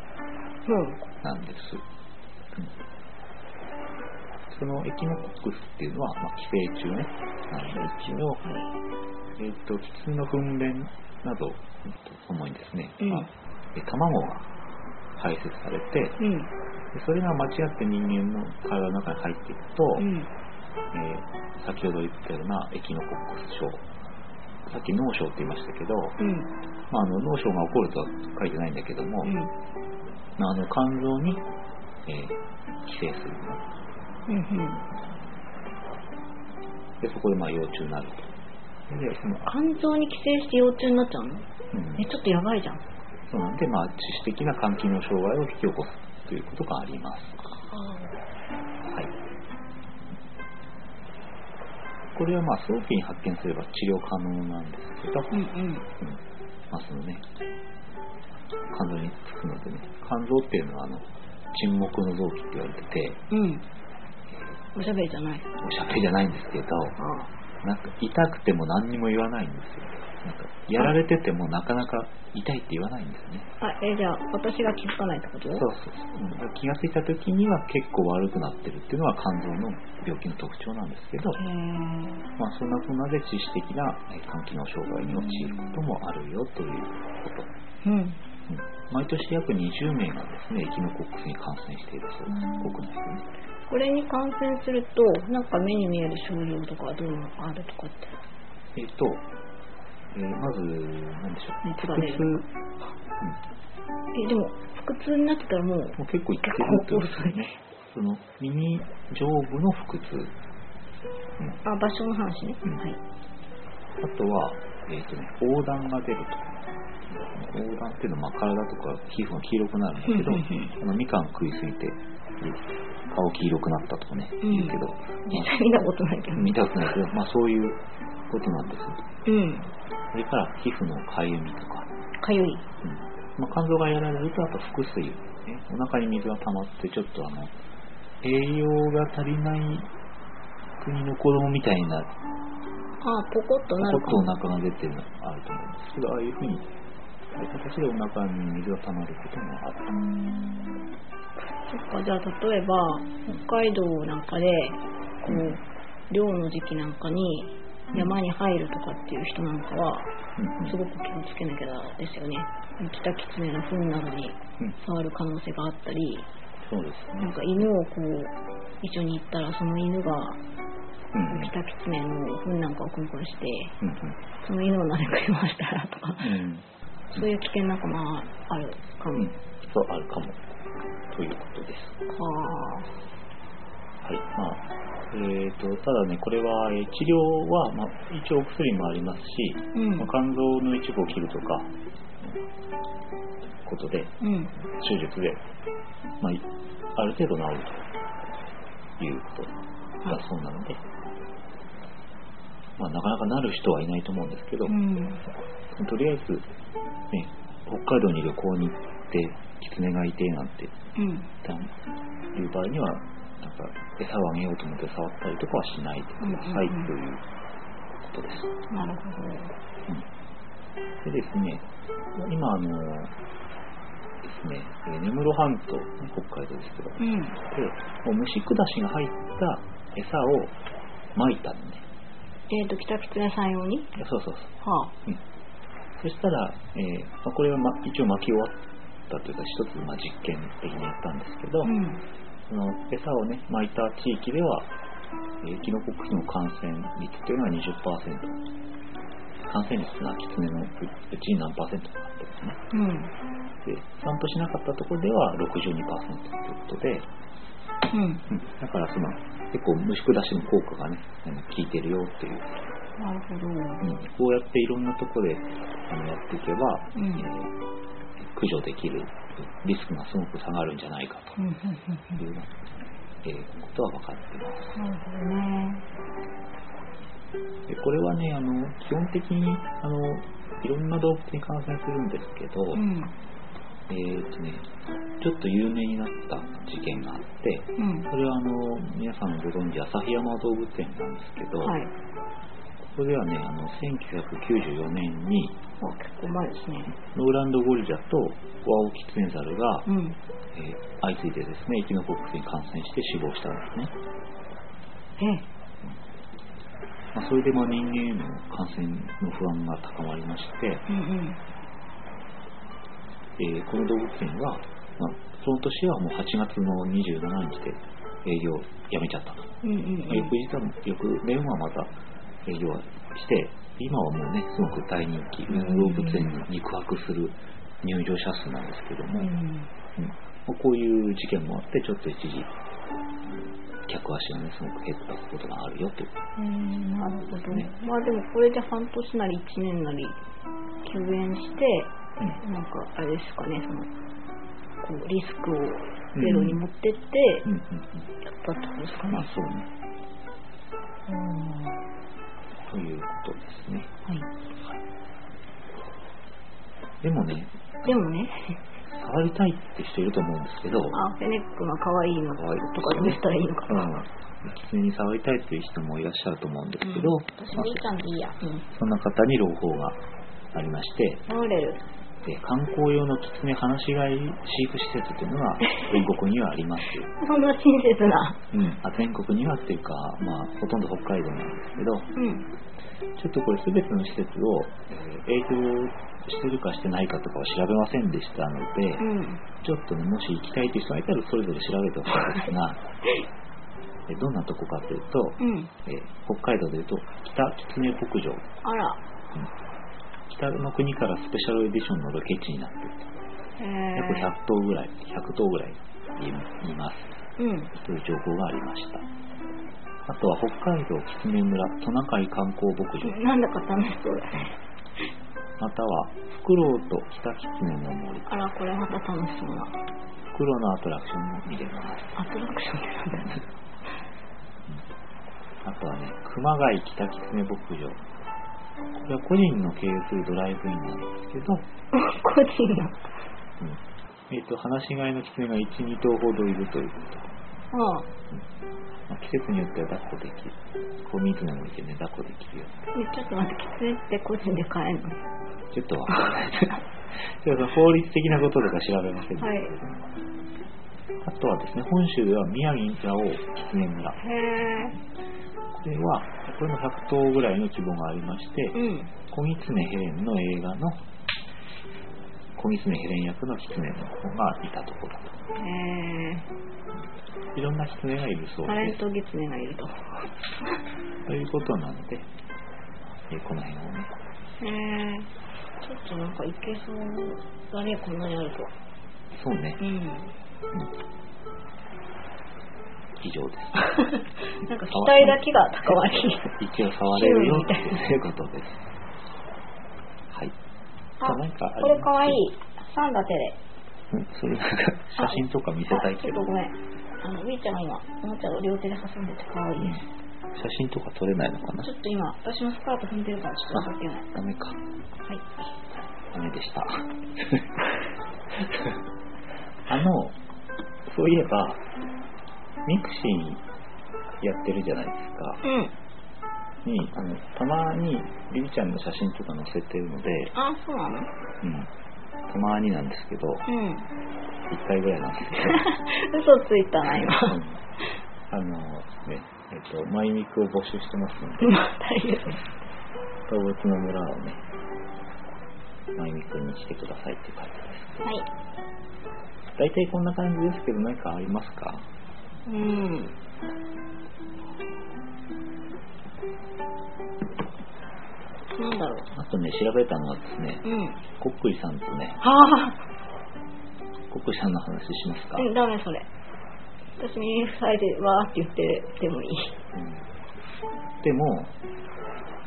Speaker 1: なんです、うんそのエキノコックスっていうのは、まあ、寄生虫ねなんで一応えっ、と、キツネの糞便など、えっと主にですね、
Speaker 2: うん
Speaker 1: まあえ卵が排泄されて、
Speaker 2: うん。うん。
Speaker 1: でそれが間違って人間の体の中に入っていくと、
Speaker 2: うん。
Speaker 1: えー先ほど言ったようなエキノコックス症。さっき脳症って言いましたけど、
Speaker 2: うん。
Speaker 1: まあ、あの脳症が起こるとは書いてないんだけども、
Speaker 2: うん。
Speaker 1: まあ、あの肝臓に、えー寄生するの
Speaker 2: うん。
Speaker 1: で、そこでまあ幼虫になると。で、その、あ
Speaker 2: 肝臓に寄生して幼虫になっちゃうの
Speaker 1: うん
Speaker 2: え、ちょっとやばいじゃん。
Speaker 1: そうなんで、まあ、致死的な肝機能障害を引き起こすということがあります。
Speaker 2: あ
Speaker 1: はい。これはまあ早期に発見すれば治療可能なんですけど、
Speaker 2: うんうん
Speaker 1: うんまあそのね、肝臓につくのでね、肝臓っていうのはあの沈黙の臓器って言われてて、
Speaker 2: うんおしゃべりじゃない
Speaker 1: おしゃべりじゃないんですけど、なんか痛くても何にも言わないんですよ。なんかやられててもなかなか痛いって言わないんですね。
Speaker 2: あえじゃあ私が気づかないってこと
Speaker 1: そうそうそううんだから気がついた時には結構悪くなってるっていうのは肝臓の病気の特徴なんですけど、
Speaker 2: へー
Speaker 1: まあ、そんなこんなで致死的なえ肝機能障害に陥ることもあるよということ。
Speaker 2: う
Speaker 1: う
Speaker 2: ん
Speaker 1: ん毎年約20名がですね、エキノコックスに感染しているそうです。
Speaker 2: うん
Speaker 1: 国内でね。
Speaker 2: これに感染するとなんか目に見える症状とかどういうのがあるとかって
Speaker 1: えっ、と、えーまず、なんでしょう。
Speaker 2: 熱
Speaker 1: 腹
Speaker 2: が出
Speaker 1: 痛、
Speaker 2: るえでも腹痛になってたらもう
Speaker 1: もう結構いってるってことですよね。その、右上部の腹痛。
Speaker 2: あ場所の話ね、
Speaker 1: うん
Speaker 2: はい
Speaker 1: あとは、えっ、とね、横断が出ると。横断っていうのは、まあ、体とか皮膚が黄色くなるんだけど、
Speaker 2: うんうん
Speaker 1: あのみかん食いすぎて、顔黄色くなったとかね、
Speaker 2: うん
Speaker 1: 言うけど、
Speaker 2: 実際見たことないけど
Speaker 1: まあ見たことないけど、まあそういうことなんです。
Speaker 2: うん
Speaker 1: それから皮膚のかゆみとか、
Speaker 2: かゆい
Speaker 1: うんまあ、肝臓がやられると、あと腹水、ね、お腹に水が溜まって、ちょっとあの栄養が足りない国の子供みたいな、
Speaker 2: あポコッとな
Speaker 1: ちょ
Speaker 2: る
Speaker 1: っとお腹が出てるのがあると思うんですけど、ああいうふうに、ああいう形でお腹に水が溜まることもある。
Speaker 2: そっかじゃあ例えば北海道なんかで
Speaker 1: う
Speaker 2: こ
Speaker 1: ん
Speaker 2: う漁の時期なんかに山に入るとかっていう人なんかは
Speaker 1: うん
Speaker 2: すごく気をつけなきゃですよねキタキツネの糞などに
Speaker 1: うん
Speaker 2: 触る可能性があったり
Speaker 1: そうです
Speaker 2: なん
Speaker 1: ね。
Speaker 2: か犬をこう一緒に行ったらその犬が
Speaker 1: うんうん
Speaker 2: キタキツネの糞なんかをクンクンして
Speaker 1: うん
Speaker 2: その犬を撫でくれましたらとか
Speaker 1: うんうん
Speaker 2: そういう危険なんかもあるかも、
Speaker 1: うんそうあるかもということです。
Speaker 2: はあ
Speaker 1: はい、まあ、えー、とただね、これは、えー治療は、まあ、一応お薬もありますし、
Speaker 2: うん
Speaker 1: まあ肝臓の一部を切るとか、ことで、
Speaker 2: うん
Speaker 1: 手術で、まあい、ある程度治るということだそうなので、まあ、なかなかなる人はいないと思うんですけど、
Speaker 2: うん
Speaker 1: とりあえず、ね、北海道に旅行に行って、狐がいてなんて
Speaker 2: うん
Speaker 1: ったいう場合には、なんか餌をあげようと思って触ったりとかはしないでください
Speaker 2: うんうんうん
Speaker 1: ということです。
Speaker 2: なるほど。
Speaker 1: でですね、今、あのですね、えー根室半島、北海道ですけど、で
Speaker 2: うん。
Speaker 1: もう虫下しが入った餌を撒いたのね。
Speaker 2: えっ、と、北キツネさん用に
Speaker 1: そうそうそう。
Speaker 2: はあ。
Speaker 1: そしたら、えーまあこれは、ま、一応巻き終わったというか、一つ、まあ、実験的にやったんですけど、
Speaker 2: うん。
Speaker 1: その餌をね、巻いた地域では、えーキノコックスの感染率というのは20%。感染率がキツネのうちに何パーセントかってことね。
Speaker 2: うん。
Speaker 1: で、散布しなかったところでは62%ということで、
Speaker 2: うん。
Speaker 1: うんだからその、結構虫下しの効果がね、あの効いてるよっていう、
Speaker 2: なるほど。
Speaker 1: うんこうやっていろんなところであのやっていけば、
Speaker 2: うん
Speaker 1: えー駆除できるリスクがすごく下がるんじゃないか
Speaker 2: うん。うん。
Speaker 1: という、えーことは分かってます。
Speaker 2: うん。なるほどね。
Speaker 1: でこれはねあの基本的にあのいろんな動物に感染するんですけど、
Speaker 2: うん。
Speaker 1: えーとね、ちょっと有名になった事件があって
Speaker 2: うん。
Speaker 1: それはあの皆さんご存知旭山動物園なんですけど、
Speaker 2: はい。
Speaker 1: ここではねあの1994年に
Speaker 2: あ、結構前ですね。
Speaker 1: ノーランドゴリラとワオキツネザルが、
Speaker 2: うん。
Speaker 1: えー相次いでですねエキノコックスに感染して死亡したんですね、
Speaker 2: え、
Speaker 1: まあ、それでまあ人間への感染の不安が高まりまして、
Speaker 2: うんうん。
Speaker 1: えーこの動物園は、まあ、その年はもう8月の27日で営業をやめちゃったと、
Speaker 2: うんうん
Speaker 1: まあ翌日は翌年はまた営業して今はもうねすごく大人気上野動物園に肉薄する入場者数なんですけど
Speaker 2: う
Speaker 1: も、うん
Speaker 2: ん。
Speaker 1: まあこういう事件もあってちょっと一時客足がねすごく減ったことがあるよという
Speaker 2: うん。なるほど。まあでもこれで半年なり1年なり休園し
Speaker 1: う
Speaker 2: て、
Speaker 1: ん
Speaker 2: なんかあれですかね、その、こう、リスクをゼロに持ってって
Speaker 1: うんうんうん
Speaker 2: やったってことですかね。
Speaker 1: まあそうねとい
Speaker 2: うん
Speaker 1: うことですね。
Speaker 2: はい。
Speaker 1: でもね、
Speaker 2: でもね、
Speaker 1: 触りたいって人いると思うんですけど、
Speaker 2: あ、フェネックが可愛いの
Speaker 1: 可愛い
Speaker 2: とかどうしたらいいのか。
Speaker 1: うん、普通に触りたいっていう人もいらっしゃると思うんですけど、
Speaker 2: うん私
Speaker 1: まあ
Speaker 2: みーちゃんでいいや。うん。
Speaker 1: そんな方に朗報がありまして、
Speaker 2: モーレル。
Speaker 1: で観光用のキツネ放し飼い飼育施設というの が全国にはあります。
Speaker 2: そんな親切な。
Speaker 1: うん、あ全国にはっていうか、まあ、ほとんど北海道なんですけど、
Speaker 2: うん。
Speaker 1: ちょっとこれ全ての施設を、えー営業してるかしてないかとかは調べませんでしたので、
Speaker 2: うん。
Speaker 1: ちょっとね、もし行きたいという人がいたらそれぞれ調べてほしいんです が、えどんなとこかというと、
Speaker 2: うん。
Speaker 1: えー北海道でいうと北狐牧場、
Speaker 2: あら。
Speaker 1: 北の国からスペシャルエディションのロケ地になっている
Speaker 2: え
Speaker 1: 約
Speaker 2: ー。
Speaker 1: 100頭ぐらい、100頭ぐらいいいます。
Speaker 2: うん。
Speaker 1: という情報がありました。あとは北海道狐村トナカイ観光牧場、
Speaker 2: なんだか楽しそうだね。
Speaker 1: またはフクロウと北狐の森、
Speaker 2: あら、これまた楽しそうな。
Speaker 1: フクロウのアトラクションも見れます。
Speaker 2: アトラクションってなんだよね。
Speaker 1: あとはね、熊谷北狐牧場。これは個人の経営するドライブインなんですけど、
Speaker 2: 個人
Speaker 1: う
Speaker 2: の。
Speaker 1: んえっ、と、放し飼いの狐が1、2頭ほどいるということ。
Speaker 2: ああ、
Speaker 1: まあ季節によっては抱っこできる。子狐もいてね、抱っこできるよ。
Speaker 2: えちょっと待って、キツネって個人で買えるの
Speaker 1: ちょっとわかんない ちょっと法律的なこととか調べませんでした
Speaker 2: はい
Speaker 1: あとはですね、本州では宮城蔵王狐村。
Speaker 2: へ
Speaker 1: これは、これも100頭ぐらいの規模がありまして、
Speaker 2: え。うん。
Speaker 1: 小狐ヘレンの映画の小狐ヘレン役の狐の子がいたところ
Speaker 2: え
Speaker 1: いろんな狐がいるそ
Speaker 2: ー、
Speaker 1: う
Speaker 2: タレ
Speaker 1: で
Speaker 2: ントギツネがいると。
Speaker 1: すということなので、えーこの辺をね
Speaker 2: へえ。ちょっとなんかいけそうだね、こんなにあると。
Speaker 1: そうね
Speaker 2: うん。
Speaker 1: 以上 です
Speaker 2: なんか期待だけが高まり。
Speaker 1: 一応触れるよっていうことですはい
Speaker 2: あ、
Speaker 1: なんかあります
Speaker 2: これかわいい。サンダテで。
Speaker 1: うんそれなんか写真とか見せたい
Speaker 2: あ
Speaker 1: け
Speaker 2: ちょっ
Speaker 1: ど
Speaker 2: とごめん。あの、ウィーちゃんが今、おもちゃを両手で挟んでてかわいいです。
Speaker 1: 写真とか撮れないのかな
Speaker 2: ちょっと今、私のスカート踏んでるから、ちょっと情けない。
Speaker 1: ダメか
Speaker 2: はい。
Speaker 1: ダメでした あのそういえばミクシーやってるじゃないですか
Speaker 2: うん。
Speaker 1: にあのたまにリリちゃんの写真とか載せてるので、
Speaker 2: あ、そうなの
Speaker 1: うん、たまになんですけど
Speaker 2: うん。
Speaker 1: 1回ぐらいなんですけ
Speaker 2: 嘘ついたな、今。
Speaker 1: ど、うんあのねえっとマイミクを募集してますので
Speaker 2: また言う。
Speaker 1: 動物の村をねマイミクにしてくださいって感じです
Speaker 2: はい。
Speaker 1: 大体こんな感じですけど何かありますか
Speaker 2: うん。なんだろ
Speaker 1: あとね、調べたのはですね、
Speaker 2: う。うん。
Speaker 1: コックリさんとね、
Speaker 2: はあ。
Speaker 1: コックリさんの話しますか。
Speaker 2: うん、ダメそれ。私耳塞いでわーって言ってでもいい。
Speaker 1: うんでも、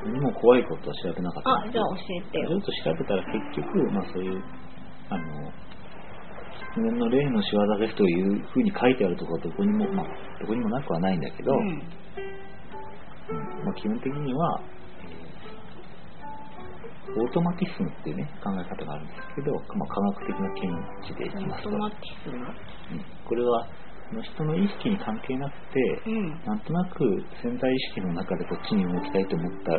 Speaker 1: 何も怖いことは調べなかったん
Speaker 2: あ、
Speaker 1: です
Speaker 2: じゃ
Speaker 1: よ
Speaker 2: あ教えて
Speaker 1: ちょ
Speaker 2: よ
Speaker 1: っ。と調べたら結局、まあそういう、あの、狐の霊の仕業ですというふうに書いてあるところはどこにも、まあ、どこにもなくはないんだけど、
Speaker 2: うん。
Speaker 1: うんまあ、基本的には、えーオートマティスムっていうね、考え方があるんですけど、まあ、科学的な見地でいき
Speaker 2: オ
Speaker 1: ま
Speaker 2: ー
Speaker 1: す
Speaker 2: ト
Speaker 1: と、
Speaker 2: マティスム
Speaker 1: うんこれはあの人の意識に関係なくて、
Speaker 2: うん。
Speaker 1: なんとなく潜在意識の中でこっちに動きたいと思った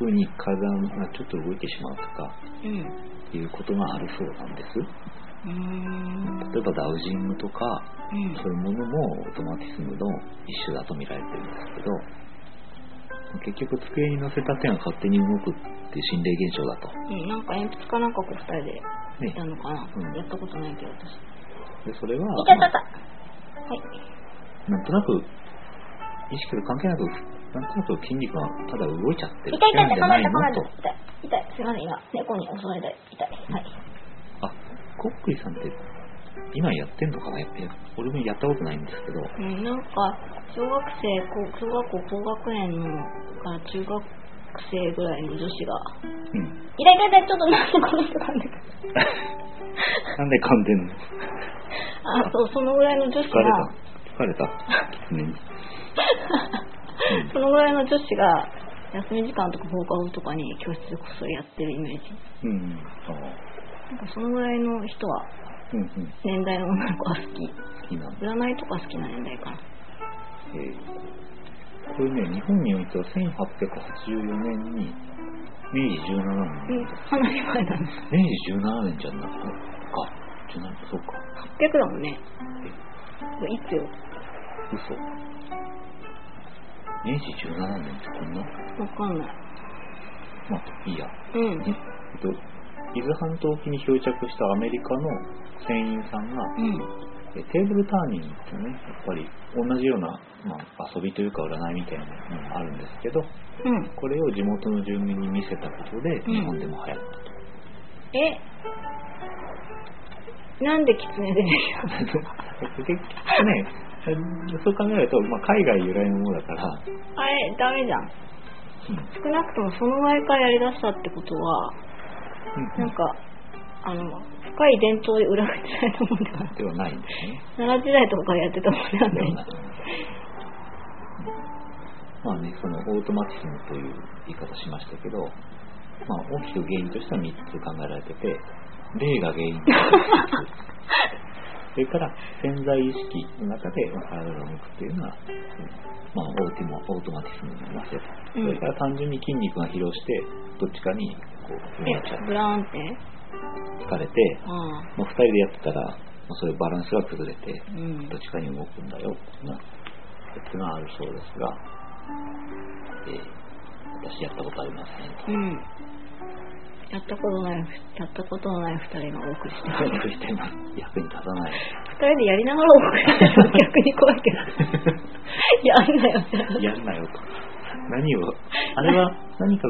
Speaker 1: 風に体がちょっと動いてしまうとか
Speaker 2: うん。
Speaker 1: いうことがあるそうなんです。
Speaker 2: うーん。
Speaker 1: 例えばダウジングとか、
Speaker 2: うん。
Speaker 1: そういうものもオートマティスムの一種だと見られてるんですけど、結局机に乗せた手が勝手に動くっていう心霊現象だと。
Speaker 2: うん、なんか鉛筆かなんかこう二
Speaker 1: ね
Speaker 2: 人でやったのかな、
Speaker 1: うん
Speaker 2: やったことないけど私。い
Speaker 1: でそれは、
Speaker 2: たい
Speaker 1: ま
Speaker 2: た
Speaker 1: あ
Speaker 2: いたはい。
Speaker 1: なんとなく意識と関係なく、なんとなく筋肉がただ動いちゃってる
Speaker 2: 痛い痛い
Speaker 1: ん
Speaker 2: 痛い
Speaker 1: じ
Speaker 2: 噛
Speaker 1: ゃ
Speaker 2: ま
Speaker 1: な
Speaker 2: れ
Speaker 1: い
Speaker 2: た噛まれ
Speaker 1: のと。
Speaker 2: た痛い痛いすいません今猫に襲われて痛いはい
Speaker 1: あ、コックリさんって今やってんのかなやっぱり俺もやったことないんですけど、
Speaker 2: うん、なんか小学生高小学校高学年のから中学生ぐらいの女子が
Speaker 1: うん。
Speaker 2: 「痛い痛い痛いちょっとなんでこの人なんだか」
Speaker 1: なんで噛んでんの
Speaker 2: あそうそのぐらいの女子
Speaker 1: 疲れ
Speaker 2: が
Speaker 1: た。疲れた。狐に。
Speaker 2: そのぐらいの女子が休み時間とか放課後とかに教室でこっそりやってるイメージ
Speaker 1: うん。ああ。
Speaker 2: なんかそのぐらいの人は
Speaker 1: うんうん。
Speaker 2: 年代の女の子は好き
Speaker 1: 好きなんだ。
Speaker 2: 占いとか好きな年代かな
Speaker 1: えーこれね、日本においては1884年に、明治17
Speaker 2: う
Speaker 1: 年
Speaker 2: ん。かなり前なんです
Speaker 1: 明治17年じゃなくて、あ、じゃない、そうか。
Speaker 2: 800だもんねこれいつよ
Speaker 1: 嘘。明治17年ってこんな
Speaker 2: わかんない
Speaker 1: まあ、いいや。
Speaker 2: うん
Speaker 1: えっと、伊豆半島沖に漂着したアメリカの船員さんが、
Speaker 2: うん
Speaker 1: えテーブルターニングってね、やっぱり同じような、まあ、遊びというか占いみたいなのがあるんですけど、
Speaker 2: うん
Speaker 1: これを地元の住民に見せたことで、
Speaker 2: ん
Speaker 1: 日本でも流行ったと。
Speaker 2: えなんで狐出てきたの
Speaker 1: 結局ね、そう考えると、まあ、海外由来のものだから、
Speaker 2: あれダメじ
Speaker 1: う
Speaker 2: ゃん
Speaker 1: ん
Speaker 2: 少なくともその前からやりだしたってことは
Speaker 1: う
Speaker 2: なんかあの深い伝統で裏打ちされたもんではない
Speaker 1: んではないんですね。
Speaker 2: 奈良時代とかやってたもんでは
Speaker 1: で
Speaker 2: な
Speaker 1: はいない まあね、そのオートマティズムという言い方しましたけど、まあ、大きく原因としては3つ考えられてて、霊が原因としては1つ。 それから潜在意識の中でまあ体が動くっていうのは、まあ、オーティモオートマティズムになりますよと、
Speaker 2: うん
Speaker 1: それから単純に筋肉が疲労してどっちかにこう目がちゃ
Speaker 2: えブラーンって
Speaker 1: 疲れて、
Speaker 2: ああ
Speaker 1: まあ、2人でやってたら、まあ、そういうバランスが崩れて
Speaker 2: うん
Speaker 1: どっちかに動くんだよっていうような説があるそうですが、えー私やったことありませんと。
Speaker 2: うんやったことないやったことのない二人がお送りしてます
Speaker 1: ふしてます役に立たない。
Speaker 2: 二人でやりながらお送りしてるの逆に怖いけどやんなよじゃあ
Speaker 1: やんなよと。何を、あれは何か、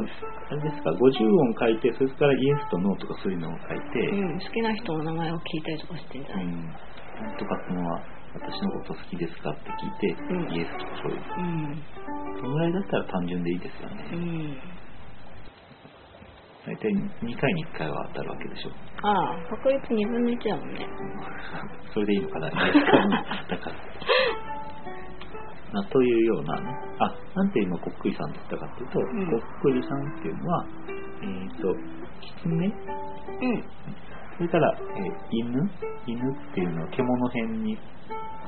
Speaker 1: あれですか、50音書いて、それからイエスとノーとかそういうのを書いて、
Speaker 2: うん、好きな人の名前を聞いたりとかしてんじゃ
Speaker 1: う
Speaker 2: ない、
Speaker 1: ん、なんとか君は私のこと好きですかって聞いて、
Speaker 2: うん
Speaker 1: イエスとかそういう。
Speaker 2: うん、
Speaker 1: そのぐらいだったら単純でいいですよね。
Speaker 2: うん。
Speaker 1: 大体2回に1回は当たるわけでしょ。
Speaker 2: ああ、確率二分の一だもんね。
Speaker 1: それでいいのかな、だから。まあ、というようなね、あなんて今、こっくりさんだったかっていうと、
Speaker 2: ん
Speaker 1: こっくりさんっていうのは、えっ、と、キツネ、
Speaker 2: うん。
Speaker 1: それから、えー犬、犬っていうのは獣編に、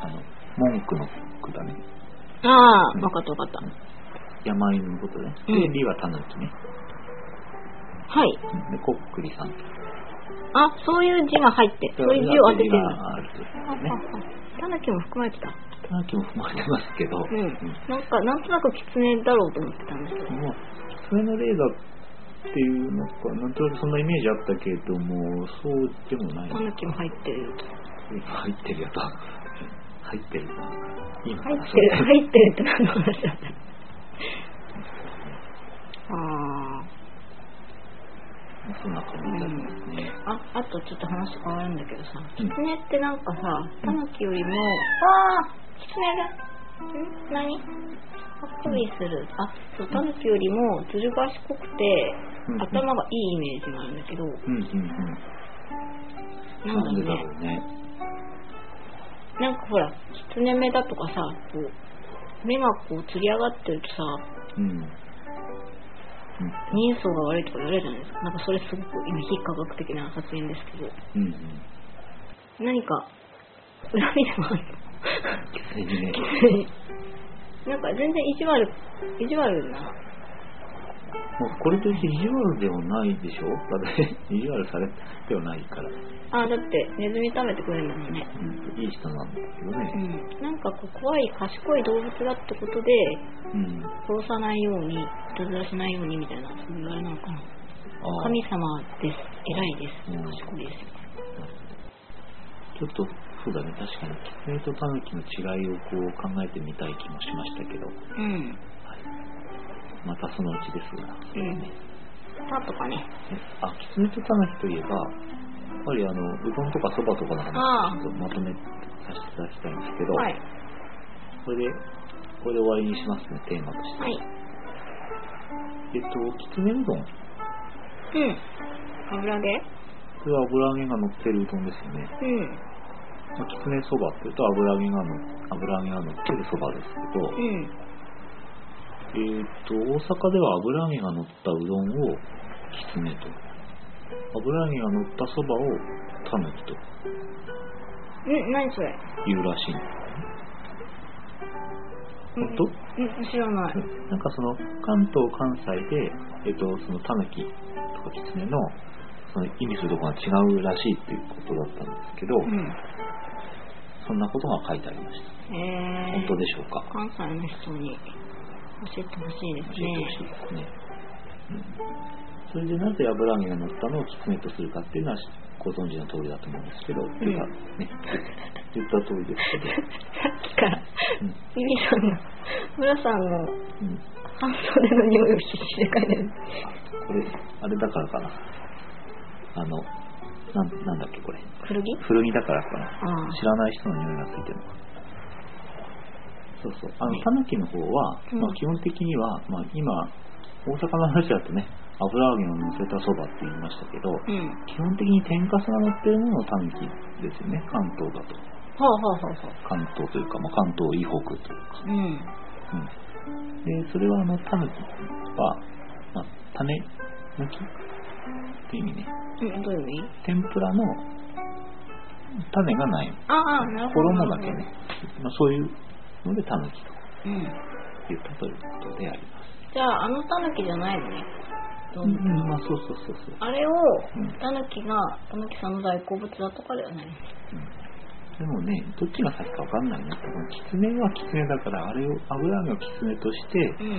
Speaker 1: あの、文句の句だね、
Speaker 2: ああ、わかったわかった。
Speaker 1: 山犬のことね、で、
Speaker 2: うん
Speaker 1: りはタヌキね、
Speaker 2: はい。
Speaker 1: で、こっくりさんと。
Speaker 2: あ、そういう字が入って、そういう字を当ててる
Speaker 1: が
Speaker 2: の。あ
Speaker 1: あると
Speaker 2: あ
Speaker 1: ね。
Speaker 2: あタヌキも含まれてた。
Speaker 1: タヌキも含まれてますけど、
Speaker 2: うん
Speaker 1: うん。
Speaker 2: なんか、なんとなく狐だろうと思ってたんだけど。
Speaker 1: まあ、それの例だっていうのか、なんとなくそんなイメージあったけれども、そうでもない。
Speaker 2: タヌキも入ってるよと。
Speaker 1: 入ってるやつ。入ってる。いいのか
Speaker 2: 入
Speaker 1: な
Speaker 2: ってる、入ってるって何の話だったあ
Speaker 1: そんな感じだったんですね。
Speaker 2: あ。あ、あとちょっと話変わるんだけどさ、
Speaker 1: うん
Speaker 2: 狐ってなんかさ、タヌキよりも、ああ、狐だ。ん何あくびする。あ、そう、タヌキよりもずる賢くて
Speaker 1: うんう、ん
Speaker 2: 頭がいいイメージがあるんだけど、
Speaker 1: うんうんうん。
Speaker 2: な
Speaker 1: なん
Speaker 2: ん
Speaker 1: で
Speaker 2: だ
Speaker 1: だ
Speaker 2: ろ
Speaker 1: ろ
Speaker 2: うね。
Speaker 1: うね。
Speaker 2: なんかほら、狐目だとかさ、こう、目がこう、つり上がってるとさ、
Speaker 1: うん。うん
Speaker 2: 人相が悪いとか言われるじゃないですか。なんかそれすごく今非科学的な発言ですけど、
Speaker 1: うんうん。
Speaker 2: 何か恨みでもある
Speaker 1: 狐にね。
Speaker 2: の なんか全然意地悪、意地悪な。
Speaker 1: もうこれといって意地悪ではないでしょだって意地悪されてはないから、
Speaker 2: あ、だってネズミ食べてくれるんだもんね。
Speaker 1: うん、いい人なんだけど
Speaker 2: う
Speaker 1: ね。
Speaker 2: ん。なんかこう、怖い、賢い動物だってことで、
Speaker 1: うん。
Speaker 2: 殺さないように、いたずらしないようにみたいな、そう言われなのかな。
Speaker 1: ああ
Speaker 2: 神様です。偉いです。
Speaker 1: うん
Speaker 2: 賢いです。
Speaker 1: ちょっと、そうだね、確かに、キツネとタヌキの違いをこう考えてみたい気もしましたけど、
Speaker 2: うん。
Speaker 1: またそのうちですが、
Speaker 2: うん
Speaker 1: ね
Speaker 2: パとかね。
Speaker 1: あ、キツネとタヌキといえば、やっぱりあの、うどんとかそばとかの
Speaker 2: あ
Speaker 1: 話
Speaker 2: あ
Speaker 1: をちょっとまとめさせていただきたいんですけど、
Speaker 2: はい。
Speaker 1: これで、これで終わりにしますね、テーマとして。
Speaker 2: はい。
Speaker 1: えっと、キツネうどん
Speaker 2: うん。油で
Speaker 1: これは油揚げが乗ってるうどんですよね。
Speaker 2: うん。
Speaker 1: まあ、キツネそばっていうと油揚げがの、油揚げが乗ってるそばですけど、
Speaker 2: うん。
Speaker 1: えーっと、大阪では油揚げが乗ったうどんをきつねと、油揚げが乗ったそばをたぬきと
Speaker 2: ん何それ
Speaker 1: 言うらしいの。本当
Speaker 2: うん知らない
Speaker 1: なんかその関東、関西で、えっと、そのタヌキとかキツネのその意味するところが違うらしいっていうことだったんですけど、
Speaker 2: うん
Speaker 1: そんなことが書いてありました。
Speaker 2: へえ
Speaker 1: 本当でしょうか
Speaker 2: 関西の人に教えてほしいです
Speaker 1: 教えてほしい
Speaker 2: ね
Speaker 1: ですね。うんそれでなぜ油揚げが乗ったのをキツネとするかっていうのはご存知の通りだと思うんですけど、というかね、言った通りです
Speaker 2: さっきから
Speaker 1: けど、
Speaker 2: ゆりさんの村さん
Speaker 1: うん
Speaker 2: の
Speaker 1: うん、
Speaker 2: 半袖の匂いを必死で嗅いでる
Speaker 1: これ、あれだからかな。あの、なんなんだっけこれ。
Speaker 2: 古着
Speaker 1: 古着だからかな。
Speaker 2: ああ
Speaker 1: 知らない人の匂いがついてるのかそうそうあ
Speaker 2: ね
Speaker 1: のタヌキの方は、
Speaker 2: うん
Speaker 1: まあ、基本的には、まあ、今大阪の話だとね油揚げを乗せたそばって言いましたけど、
Speaker 2: うん
Speaker 1: 基本的に天かすが乗ってるものをタヌキですよね関東だと
Speaker 2: ほうほうほうほう
Speaker 1: 関東というか、まあ、関東以北というか、
Speaker 2: う
Speaker 1: う
Speaker 2: ん
Speaker 1: ん、でそれはあのタヌキは、まあ、種抜きって意味ね
Speaker 2: うんどういう意味
Speaker 1: 天ぷらの種がない
Speaker 2: ああなるほど
Speaker 1: 衣だけね、まあ、そういうのでタヌキと
Speaker 2: うん
Speaker 1: 言ったということであります。
Speaker 2: じゃああのタヌキじゃないのね動
Speaker 1: う
Speaker 2: 物
Speaker 1: ん、ま
Speaker 2: の
Speaker 1: あそうそうそうそう。
Speaker 2: あれを
Speaker 1: うん
Speaker 2: タヌキがタヌキさんの大好物だとかではない
Speaker 1: でもね、どっちが先かわかんないね。多分キツネはキツネだから、あれを油揚げをキツネとして、
Speaker 2: うん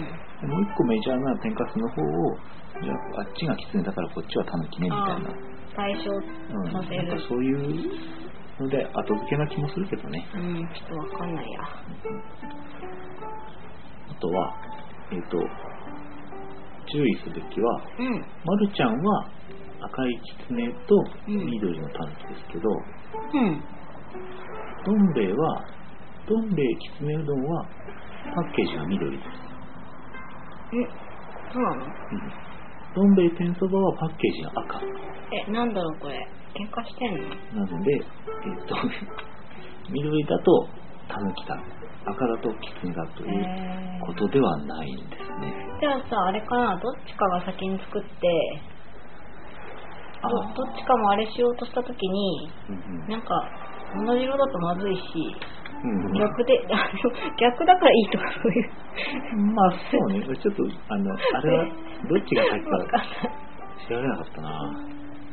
Speaker 1: もう一個メジャーな天かすの方を、じゃああっちがキツネだからこっちはタヌキねみたいな。
Speaker 2: 対象
Speaker 1: うん、な
Speaker 2: さ
Speaker 1: ん
Speaker 2: せ
Speaker 1: か
Speaker 2: る
Speaker 1: そういうので後付けな気もするけどね。
Speaker 2: うんちょっとわかんないや
Speaker 1: あとは、えっ、と、注意すべきは、
Speaker 2: うん
Speaker 1: まるちゃんは赤いキツネと緑のタヌキですけど、
Speaker 2: うん
Speaker 1: どん兵衛は、どん兵衛きつねうどんは、パッケージが緑です。
Speaker 2: えそうなの
Speaker 1: どん兵衛天そばはパッケージが赤。
Speaker 2: えなんだろうこれ喧嘩してんの
Speaker 1: なので、えっと、 緑だとたぬきだ、赤だときつねだという
Speaker 2: へ
Speaker 1: ことではないんですね。
Speaker 2: ーじゃあさあれかなどっちかが先に作って
Speaker 1: あ
Speaker 2: どどっちかもあれしようとした時に
Speaker 1: うんうん
Speaker 2: なんか同じ色だとまずいし
Speaker 1: うんうん
Speaker 2: 逆で 逆だからいいとかそういう
Speaker 1: まあそうね、ちょっと、あの、あれは、どっちが先
Speaker 2: わか
Speaker 1: か
Speaker 2: んない
Speaker 1: 知られなかったな。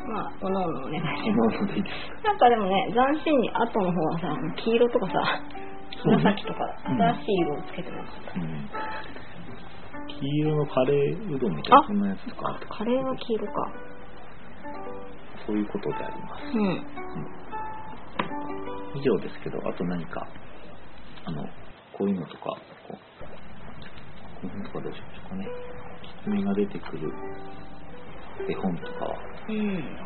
Speaker 2: まあおのおのお願いしま
Speaker 1: 昨日のでいいです。
Speaker 2: すなんかでもね斬新に後の方はさ黄色とかさ
Speaker 1: そうね
Speaker 2: 紫とか
Speaker 1: うん
Speaker 2: 新しい色をつけてなかった、
Speaker 1: うん黄色のカレーうどんみたい
Speaker 2: あ
Speaker 1: な、そんなやつとか。
Speaker 2: カレーは黄色か
Speaker 1: そういうことであります。
Speaker 2: うん
Speaker 1: 以上ですけど、あと何か、あの、こういうのとか、こうこの辺とかどうしましょうかね。キツネが出てくる絵本とかは、
Speaker 2: うん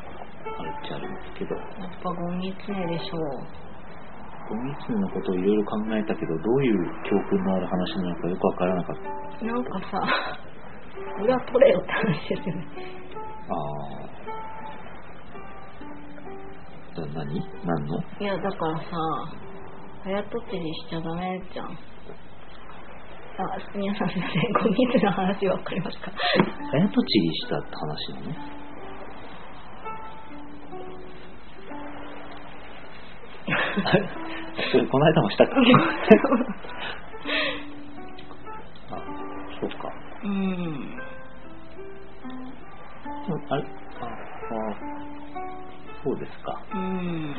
Speaker 1: あるっちゃあるんですけど、
Speaker 2: やっぱゴミ常でしょう
Speaker 1: ゴミツネのことをいろいろ考えたけど、どういう教訓のある話なのかよくわからなかった。
Speaker 2: なんかさ、裏取れよって話ですよね。
Speaker 1: あー。じゃあ何何の
Speaker 2: いや、だからさ、早とちりしちゃダメじゃん。あ、皆さんすいません、ゴミ水の話わかりますか
Speaker 1: 早とちりしたって話なのねそれこの間もしたっけ あそうか
Speaker 2: うん。
Speaker 1: あれああそうですか
Speaker 2: うん。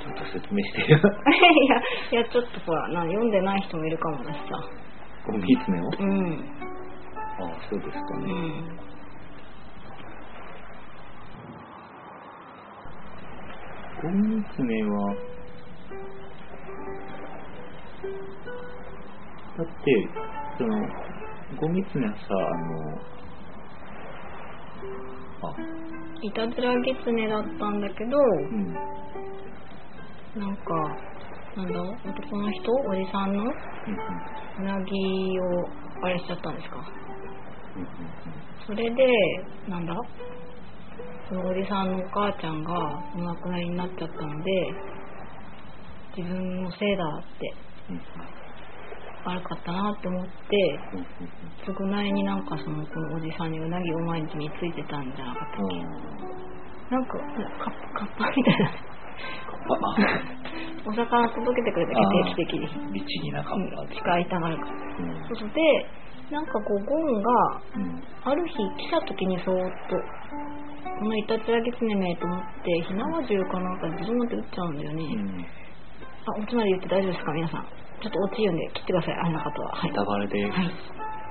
Speaker 1: ちょっと説明してよ
Speaker 2: いや、いや、ちょっとほら、な読んでない人もいるかもだしさ。
Speaker 1: ゴミ詰めを
Speaker 2: うん。
Speaker 1: あそうですか
Speaker 2: う
Speaker 1: ね、
Speaker 2: ん。
Speaker 1: ゴミ詰めはだってそのゴミ詰めはさあのあ
Speaker 2: いたずら狐だったんだけど、
Speaker 1: うん
Speaker 2: なんか、なんだ、男の人おじさんのう
Speaker 1: うんうん
Speaker 2: なぎをあれしちゃったんですか
Speaker 1: うんう
Speaker 2: それでなんだそのおじさんのお母ちゃんがお亡くなりになっちゃったので自分のせいだって
Speaker 1: んうんうん
Speaker 2: 悪かったなって思って償いになんかそのこのおじさんにうなぎを毎日についてたんじゃなかったっけ、なんかカッカッパみたいなお魚届けてくれたっけ定期的に
Speaker 1: ビチに中村
Speaker 2: うん使いたがるから
Speaker 1: うん
Speaker 2: そうでなんかこうゴンが
Speaker 1: うん
Speaker 2: ある日来た時にそーっとこのイタチラギツネめえと思って火縄銃かなんか自分って撃っちゃうんだよね、
Speaker 1: うん
Speaker 2: あおつまり言って大丈夫ですか皆さんちょっと落ちるんで切ってくださいあんな方ははい
Speaker 1: ネタバレで
Speaker 2: はい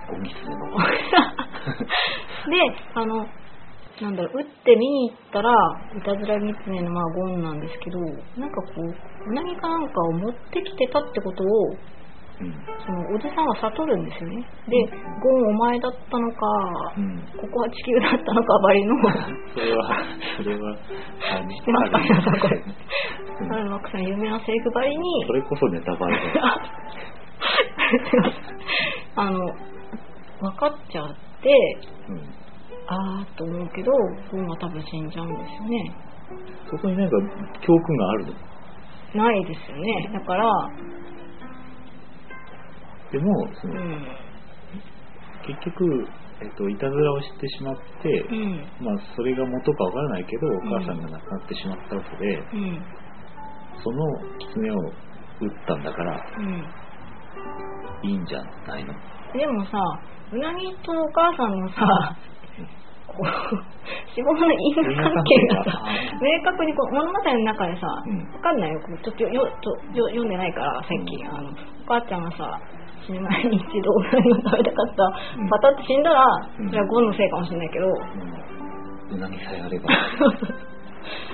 Speaker 1: ゴギツネの
Speaker 2: であのなんだろう打って見に行ったらいたずらギツネのまあゴンなんですけどなんかこううなぎかなんかを持ってきてたってことを
Speaker 1: うん
Speaker 2: そのおじさんは悟るんですよねで
Speaker 1: うん
Speaker 2: ゴンお前だったのか
Speaker 1: うん
Speaker 2: ここは地球だったのかばりの
Speaker 1: それはそれはあの
Speaker 2: てますか皆さんこれ
Speaker 1: うん
Speaker 2: サルマックさん有名なセリフばりに
Speaker 1: それこそネタバレだよ
Speaker 2: あの分かっちゃって
Speaker 1: うん
Speaker 2: ああと思うけどゴンは多分死んじゃうんですよね
Speaker 1: そこになんか教訓があるの
Speaker 2: ないですよねだから
Speaker 1: でもそうの
Speaker 2: ん
Speaker 1: 結局、えっと、いたずらをしてしまって、
Speaker 2: うん
Speaker 1: まあ、それが元かわからないけどお
Speaker 2: ん
Speaker 1: 母さんが亡くなってしまったわけで、
Speaker 2: うん
Speaker 1: その狐を撃ったんだから
Speaker 2: うん
Speaker 1: いいんじゃないの
Speaker 2: でもさうなぎとお母さんのさ こう死亡の因果関係がさ明確にこう物語の中でさ、
Speaker 1: うん
Speaker 2: わかんないよ、こうちょっとよよちょよ読んでないから、さっき、
Speaker 1: うん
Speaker 2: あのおばあちゃんがさ、死ぬ前に一度おなぎを食べたかった、
Speaker 1: うん
Speaker 2: パタって死んだら、
Speaker 1: うん
Speaker 2: それはゴンのせいかもしれないけど、
Speaker 1: うんうなぎさえあれば、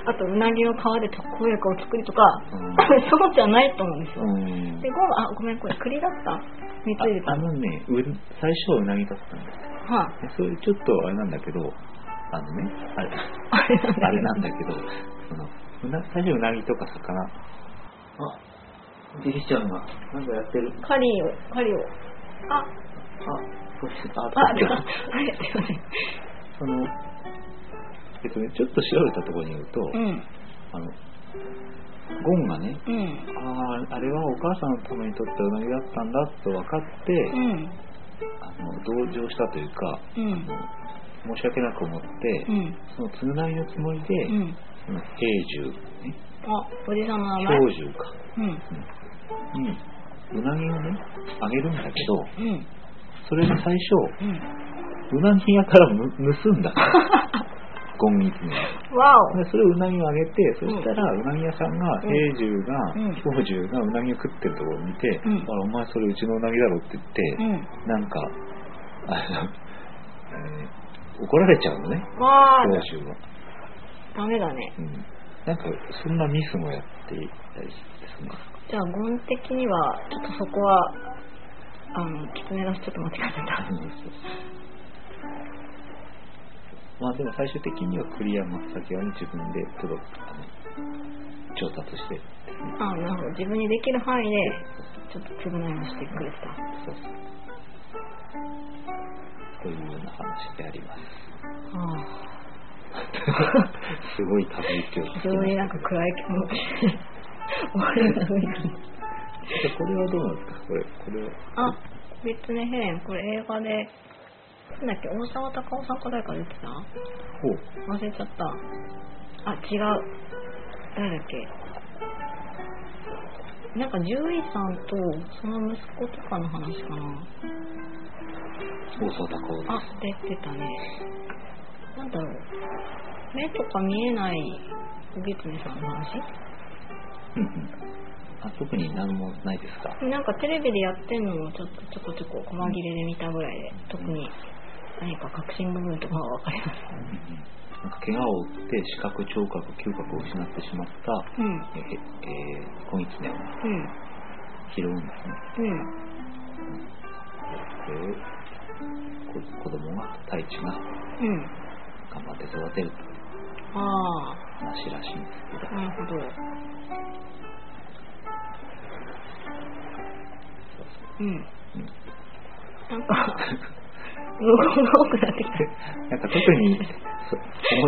Speaker 2: あと、うなぎの皮で特効薬を作るとか、
Speaker 1: うん
Speaker 2: そうじゃないと思 うんですよ。
Speaker 1: うん
Speaker 2: で、ゴンは、あ、ごめん、これ、栗だったについて
Speaker 1: あ
Speaker 2: た
Speaker 1: あの
Speaker 2: の。
Speaker 1: ねう最初はうなぎだったんだ
Speaker 2: はあ、
Speaker 1: それちょっとあれなんだけどあのねあれ
Speaker 2: あれなんだ
Speaker 1: あれなんだけどそのうな最初うなぎとか魚あ出てきちゃう今なんかやってる
Speaker 2: 狩りを、狩りを。あ、
Speaker 1: あ、そうです。あ、
Speaker 2: あ、
Speaker 1: そ
Speaker 2: で
Speaker 1: うだ
Speaker 2: は、はい、すいません。
Speaker 1: その、えっとね、ちょっと調べたところによると、
Speaker 2: うん、
Speaker 1: あの、ゴンがね、
Speaker 2: うん、
Speaker 1: ああ、あれはお母さんのためにとったうなぎだったんだと分かって、
Speaker 2: うん、
Speaker 1: あの同情したというか、
Speaker 2: うん、
Speaker 1: あの申し訳なく思って、
Speaker 2: うん、
Speaker 1: そのつぐなぎのつもりで、
Speaker 2: うん。
Speaker 1: その平獣、ね、
Speaker 2: あ、おじさんの名前。
Speaker 1: 長獣か、
Speaker 2: うん。
Speaker 1: に、うなぎをね、あげるんだけど、
Speaker 2: うん。
Speaker 1: それで最初、
Speaker 2: うん。
Speaker 1: うなぎ屋からむ盗ん だ。ゴンギツネは。
Speaker 2: わお。
Speaker 1: でそれをうなぎをあげてそしたらうなぎ屋さんが
Speaker 2: うん
Speaker 1: 平獣が
Speaker 2: うん
Speaker 1: 兵獣がうなぎを食ってるところを見て「
Speaker 2: うん
Speaker 1: あらお前それうちのうなぎだろ」って言
Speaker 2: う
Speaker 1: って、
Speaker 2: ん。
Speaker 1: なんかあの、えー怒られちゃうのね
Speaker 2: わあ。
Speaker 1: 兵獣は、
Speaker 2: ダメだね。
Speaker 1: うん、なんかそんなミスもやっていたりしてそんな
Speaker 2: じゃあ、ゴン的には、ちょっとそこは、あの、キツネだし、ちょっと間違えてた。
Speaker 1: うんまあでも最終的にはクリア真っ先は自分でプロあの調達してですね
Speaker 2: あなるほど。自分にできる範囲で、ちょっと償いをしてくれてた。
Speaker 1: そうそう。というような話であります。
Speaker 2: ああ。
Speaker 1: すごいため息をつ
Speaker 2: 非
Speaker 1: き
Speaker 2: 常
Speaker 1: ま
Speaker 2: に
Speaker 1: し
Speaker 2: なんか暗い気持ち。終わりな雰囲気。
Speaker 1: た。これはどうなんですかこれ、これは。
Speaker 2: あ、ビッツネヘレン、これ映画で、なんだっけ、大沢たかおさんか誰か出てた
Speaker 1: ほう。
Speaker 2: 忘れちゃったあ違う誰だっけなんか獣医さんとその息子とかの話かな
Speaker 1: 大沢たかお
Speaker 2: あ
Speaker 1: です。
Speaker 2: 出てたねなんだろう目とか見えないおぎつねさんの話
Speaker 1: うんうん。あ、特に何もないですか
Speaker 2: なんかテレビでやってんのをちょっとちょこちょこ細切れで見たぐらいで特に何か確信部分とかは分かります
Speaker 1: うんうん。なんか怪我を負って視覚、聴覚、嗅覚を失ってしまった、
Speaker 2: うん
Speaker 1: え、え、えー、小狐を
Speaker 2: うん
Speaker 1: 拾うんですね。
Speaker 2: うん
Speaker 1: それをこ子供が、太一が
Speaker 2: うん
Speaker 1: 頑張って育てるという
Speaker 2: あ
Speaker 1: 話らしいんですけど
Speaker 2: あ。なるほど
Speaker 1: そうそう
Speaker 2: う
Speaker 1: う
Speaker 2: ん
Speaker 1: ん
Speaker 2: なんか、無言が多くなってきた。
Speaker 1: なんか特にそ思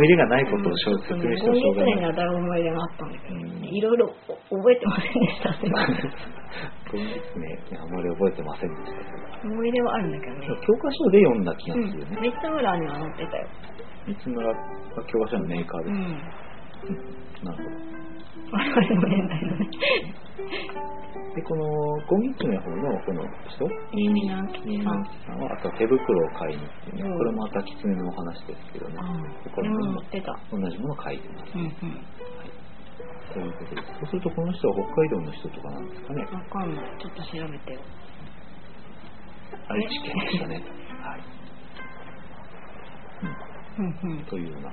Speaker 1: い入れがないことをしょう説明してもしょうが
Speaker 2: 年に
Speaker 1: ない。
Speaker 2: 当たる思い出があったんだけど、
Speaker 1: うん
Speaker 2: ね、いろいろ覚えてませんでしたっていう
Speaker 1: そうですね。あまり覚えてませんでしたけど。
Speaker 2: 思い出はあるんだけどね。
Speaker 1: 教科書で読んだ気が
Speaker 2: う
Speaker 1: す
Speaker 2: ん
Speaker 1: るよね。、
Speaker 2: 三村には載ってたよ。
Speaker 1: 三村が教科書のメーカー
Speaker 2: う
Speaker 1: です。
Speaker 2: ん。
Speaker 1: なるほど。
Speaker 2: 我々の年代のね。
Speaker 1: で、このゴミ詰め方のこの人、
Speaker 2: 耳の秋
Speaker 1: ミ
Speaker 2: さん。
Speaker 1: さんは、あとは手袋を買いに行ってね、
Speaker 2: うん
Speaker 1: これもまた狐のお話ですけどね、
Speaker 2: あ、
Speaker 1: こ
Speaker 2: こ
Speaker 1: れ
Speaker 2: れ
Speaker 1: も
Speaker 2: も載ってた。
Speaker 1: 同じものを書いてます。
Speaker 2: うんうん。
Speaker 1: ということです。そうすると、この人は北海道の人とかなんですかね。
Speaker 2: わかんない。ちょっと調べてよ。
Speaker 1: 愛知県でしたね。はい。
Speaker 2: うんう
Speaker 1: うんん、。というような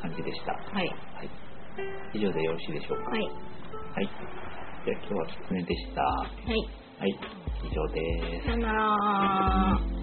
Speaker 1: 感じでした。
Speaker 2: はい。
Speaker 1: はい。以上でよろしいでしょうか。
Speaker 2: はい。
Speaker 1: はい。じゃあ今日は狐でした。は
Speaker 2: はい。
Speaker 1: い。以上です。
Speaker 2: さよなら。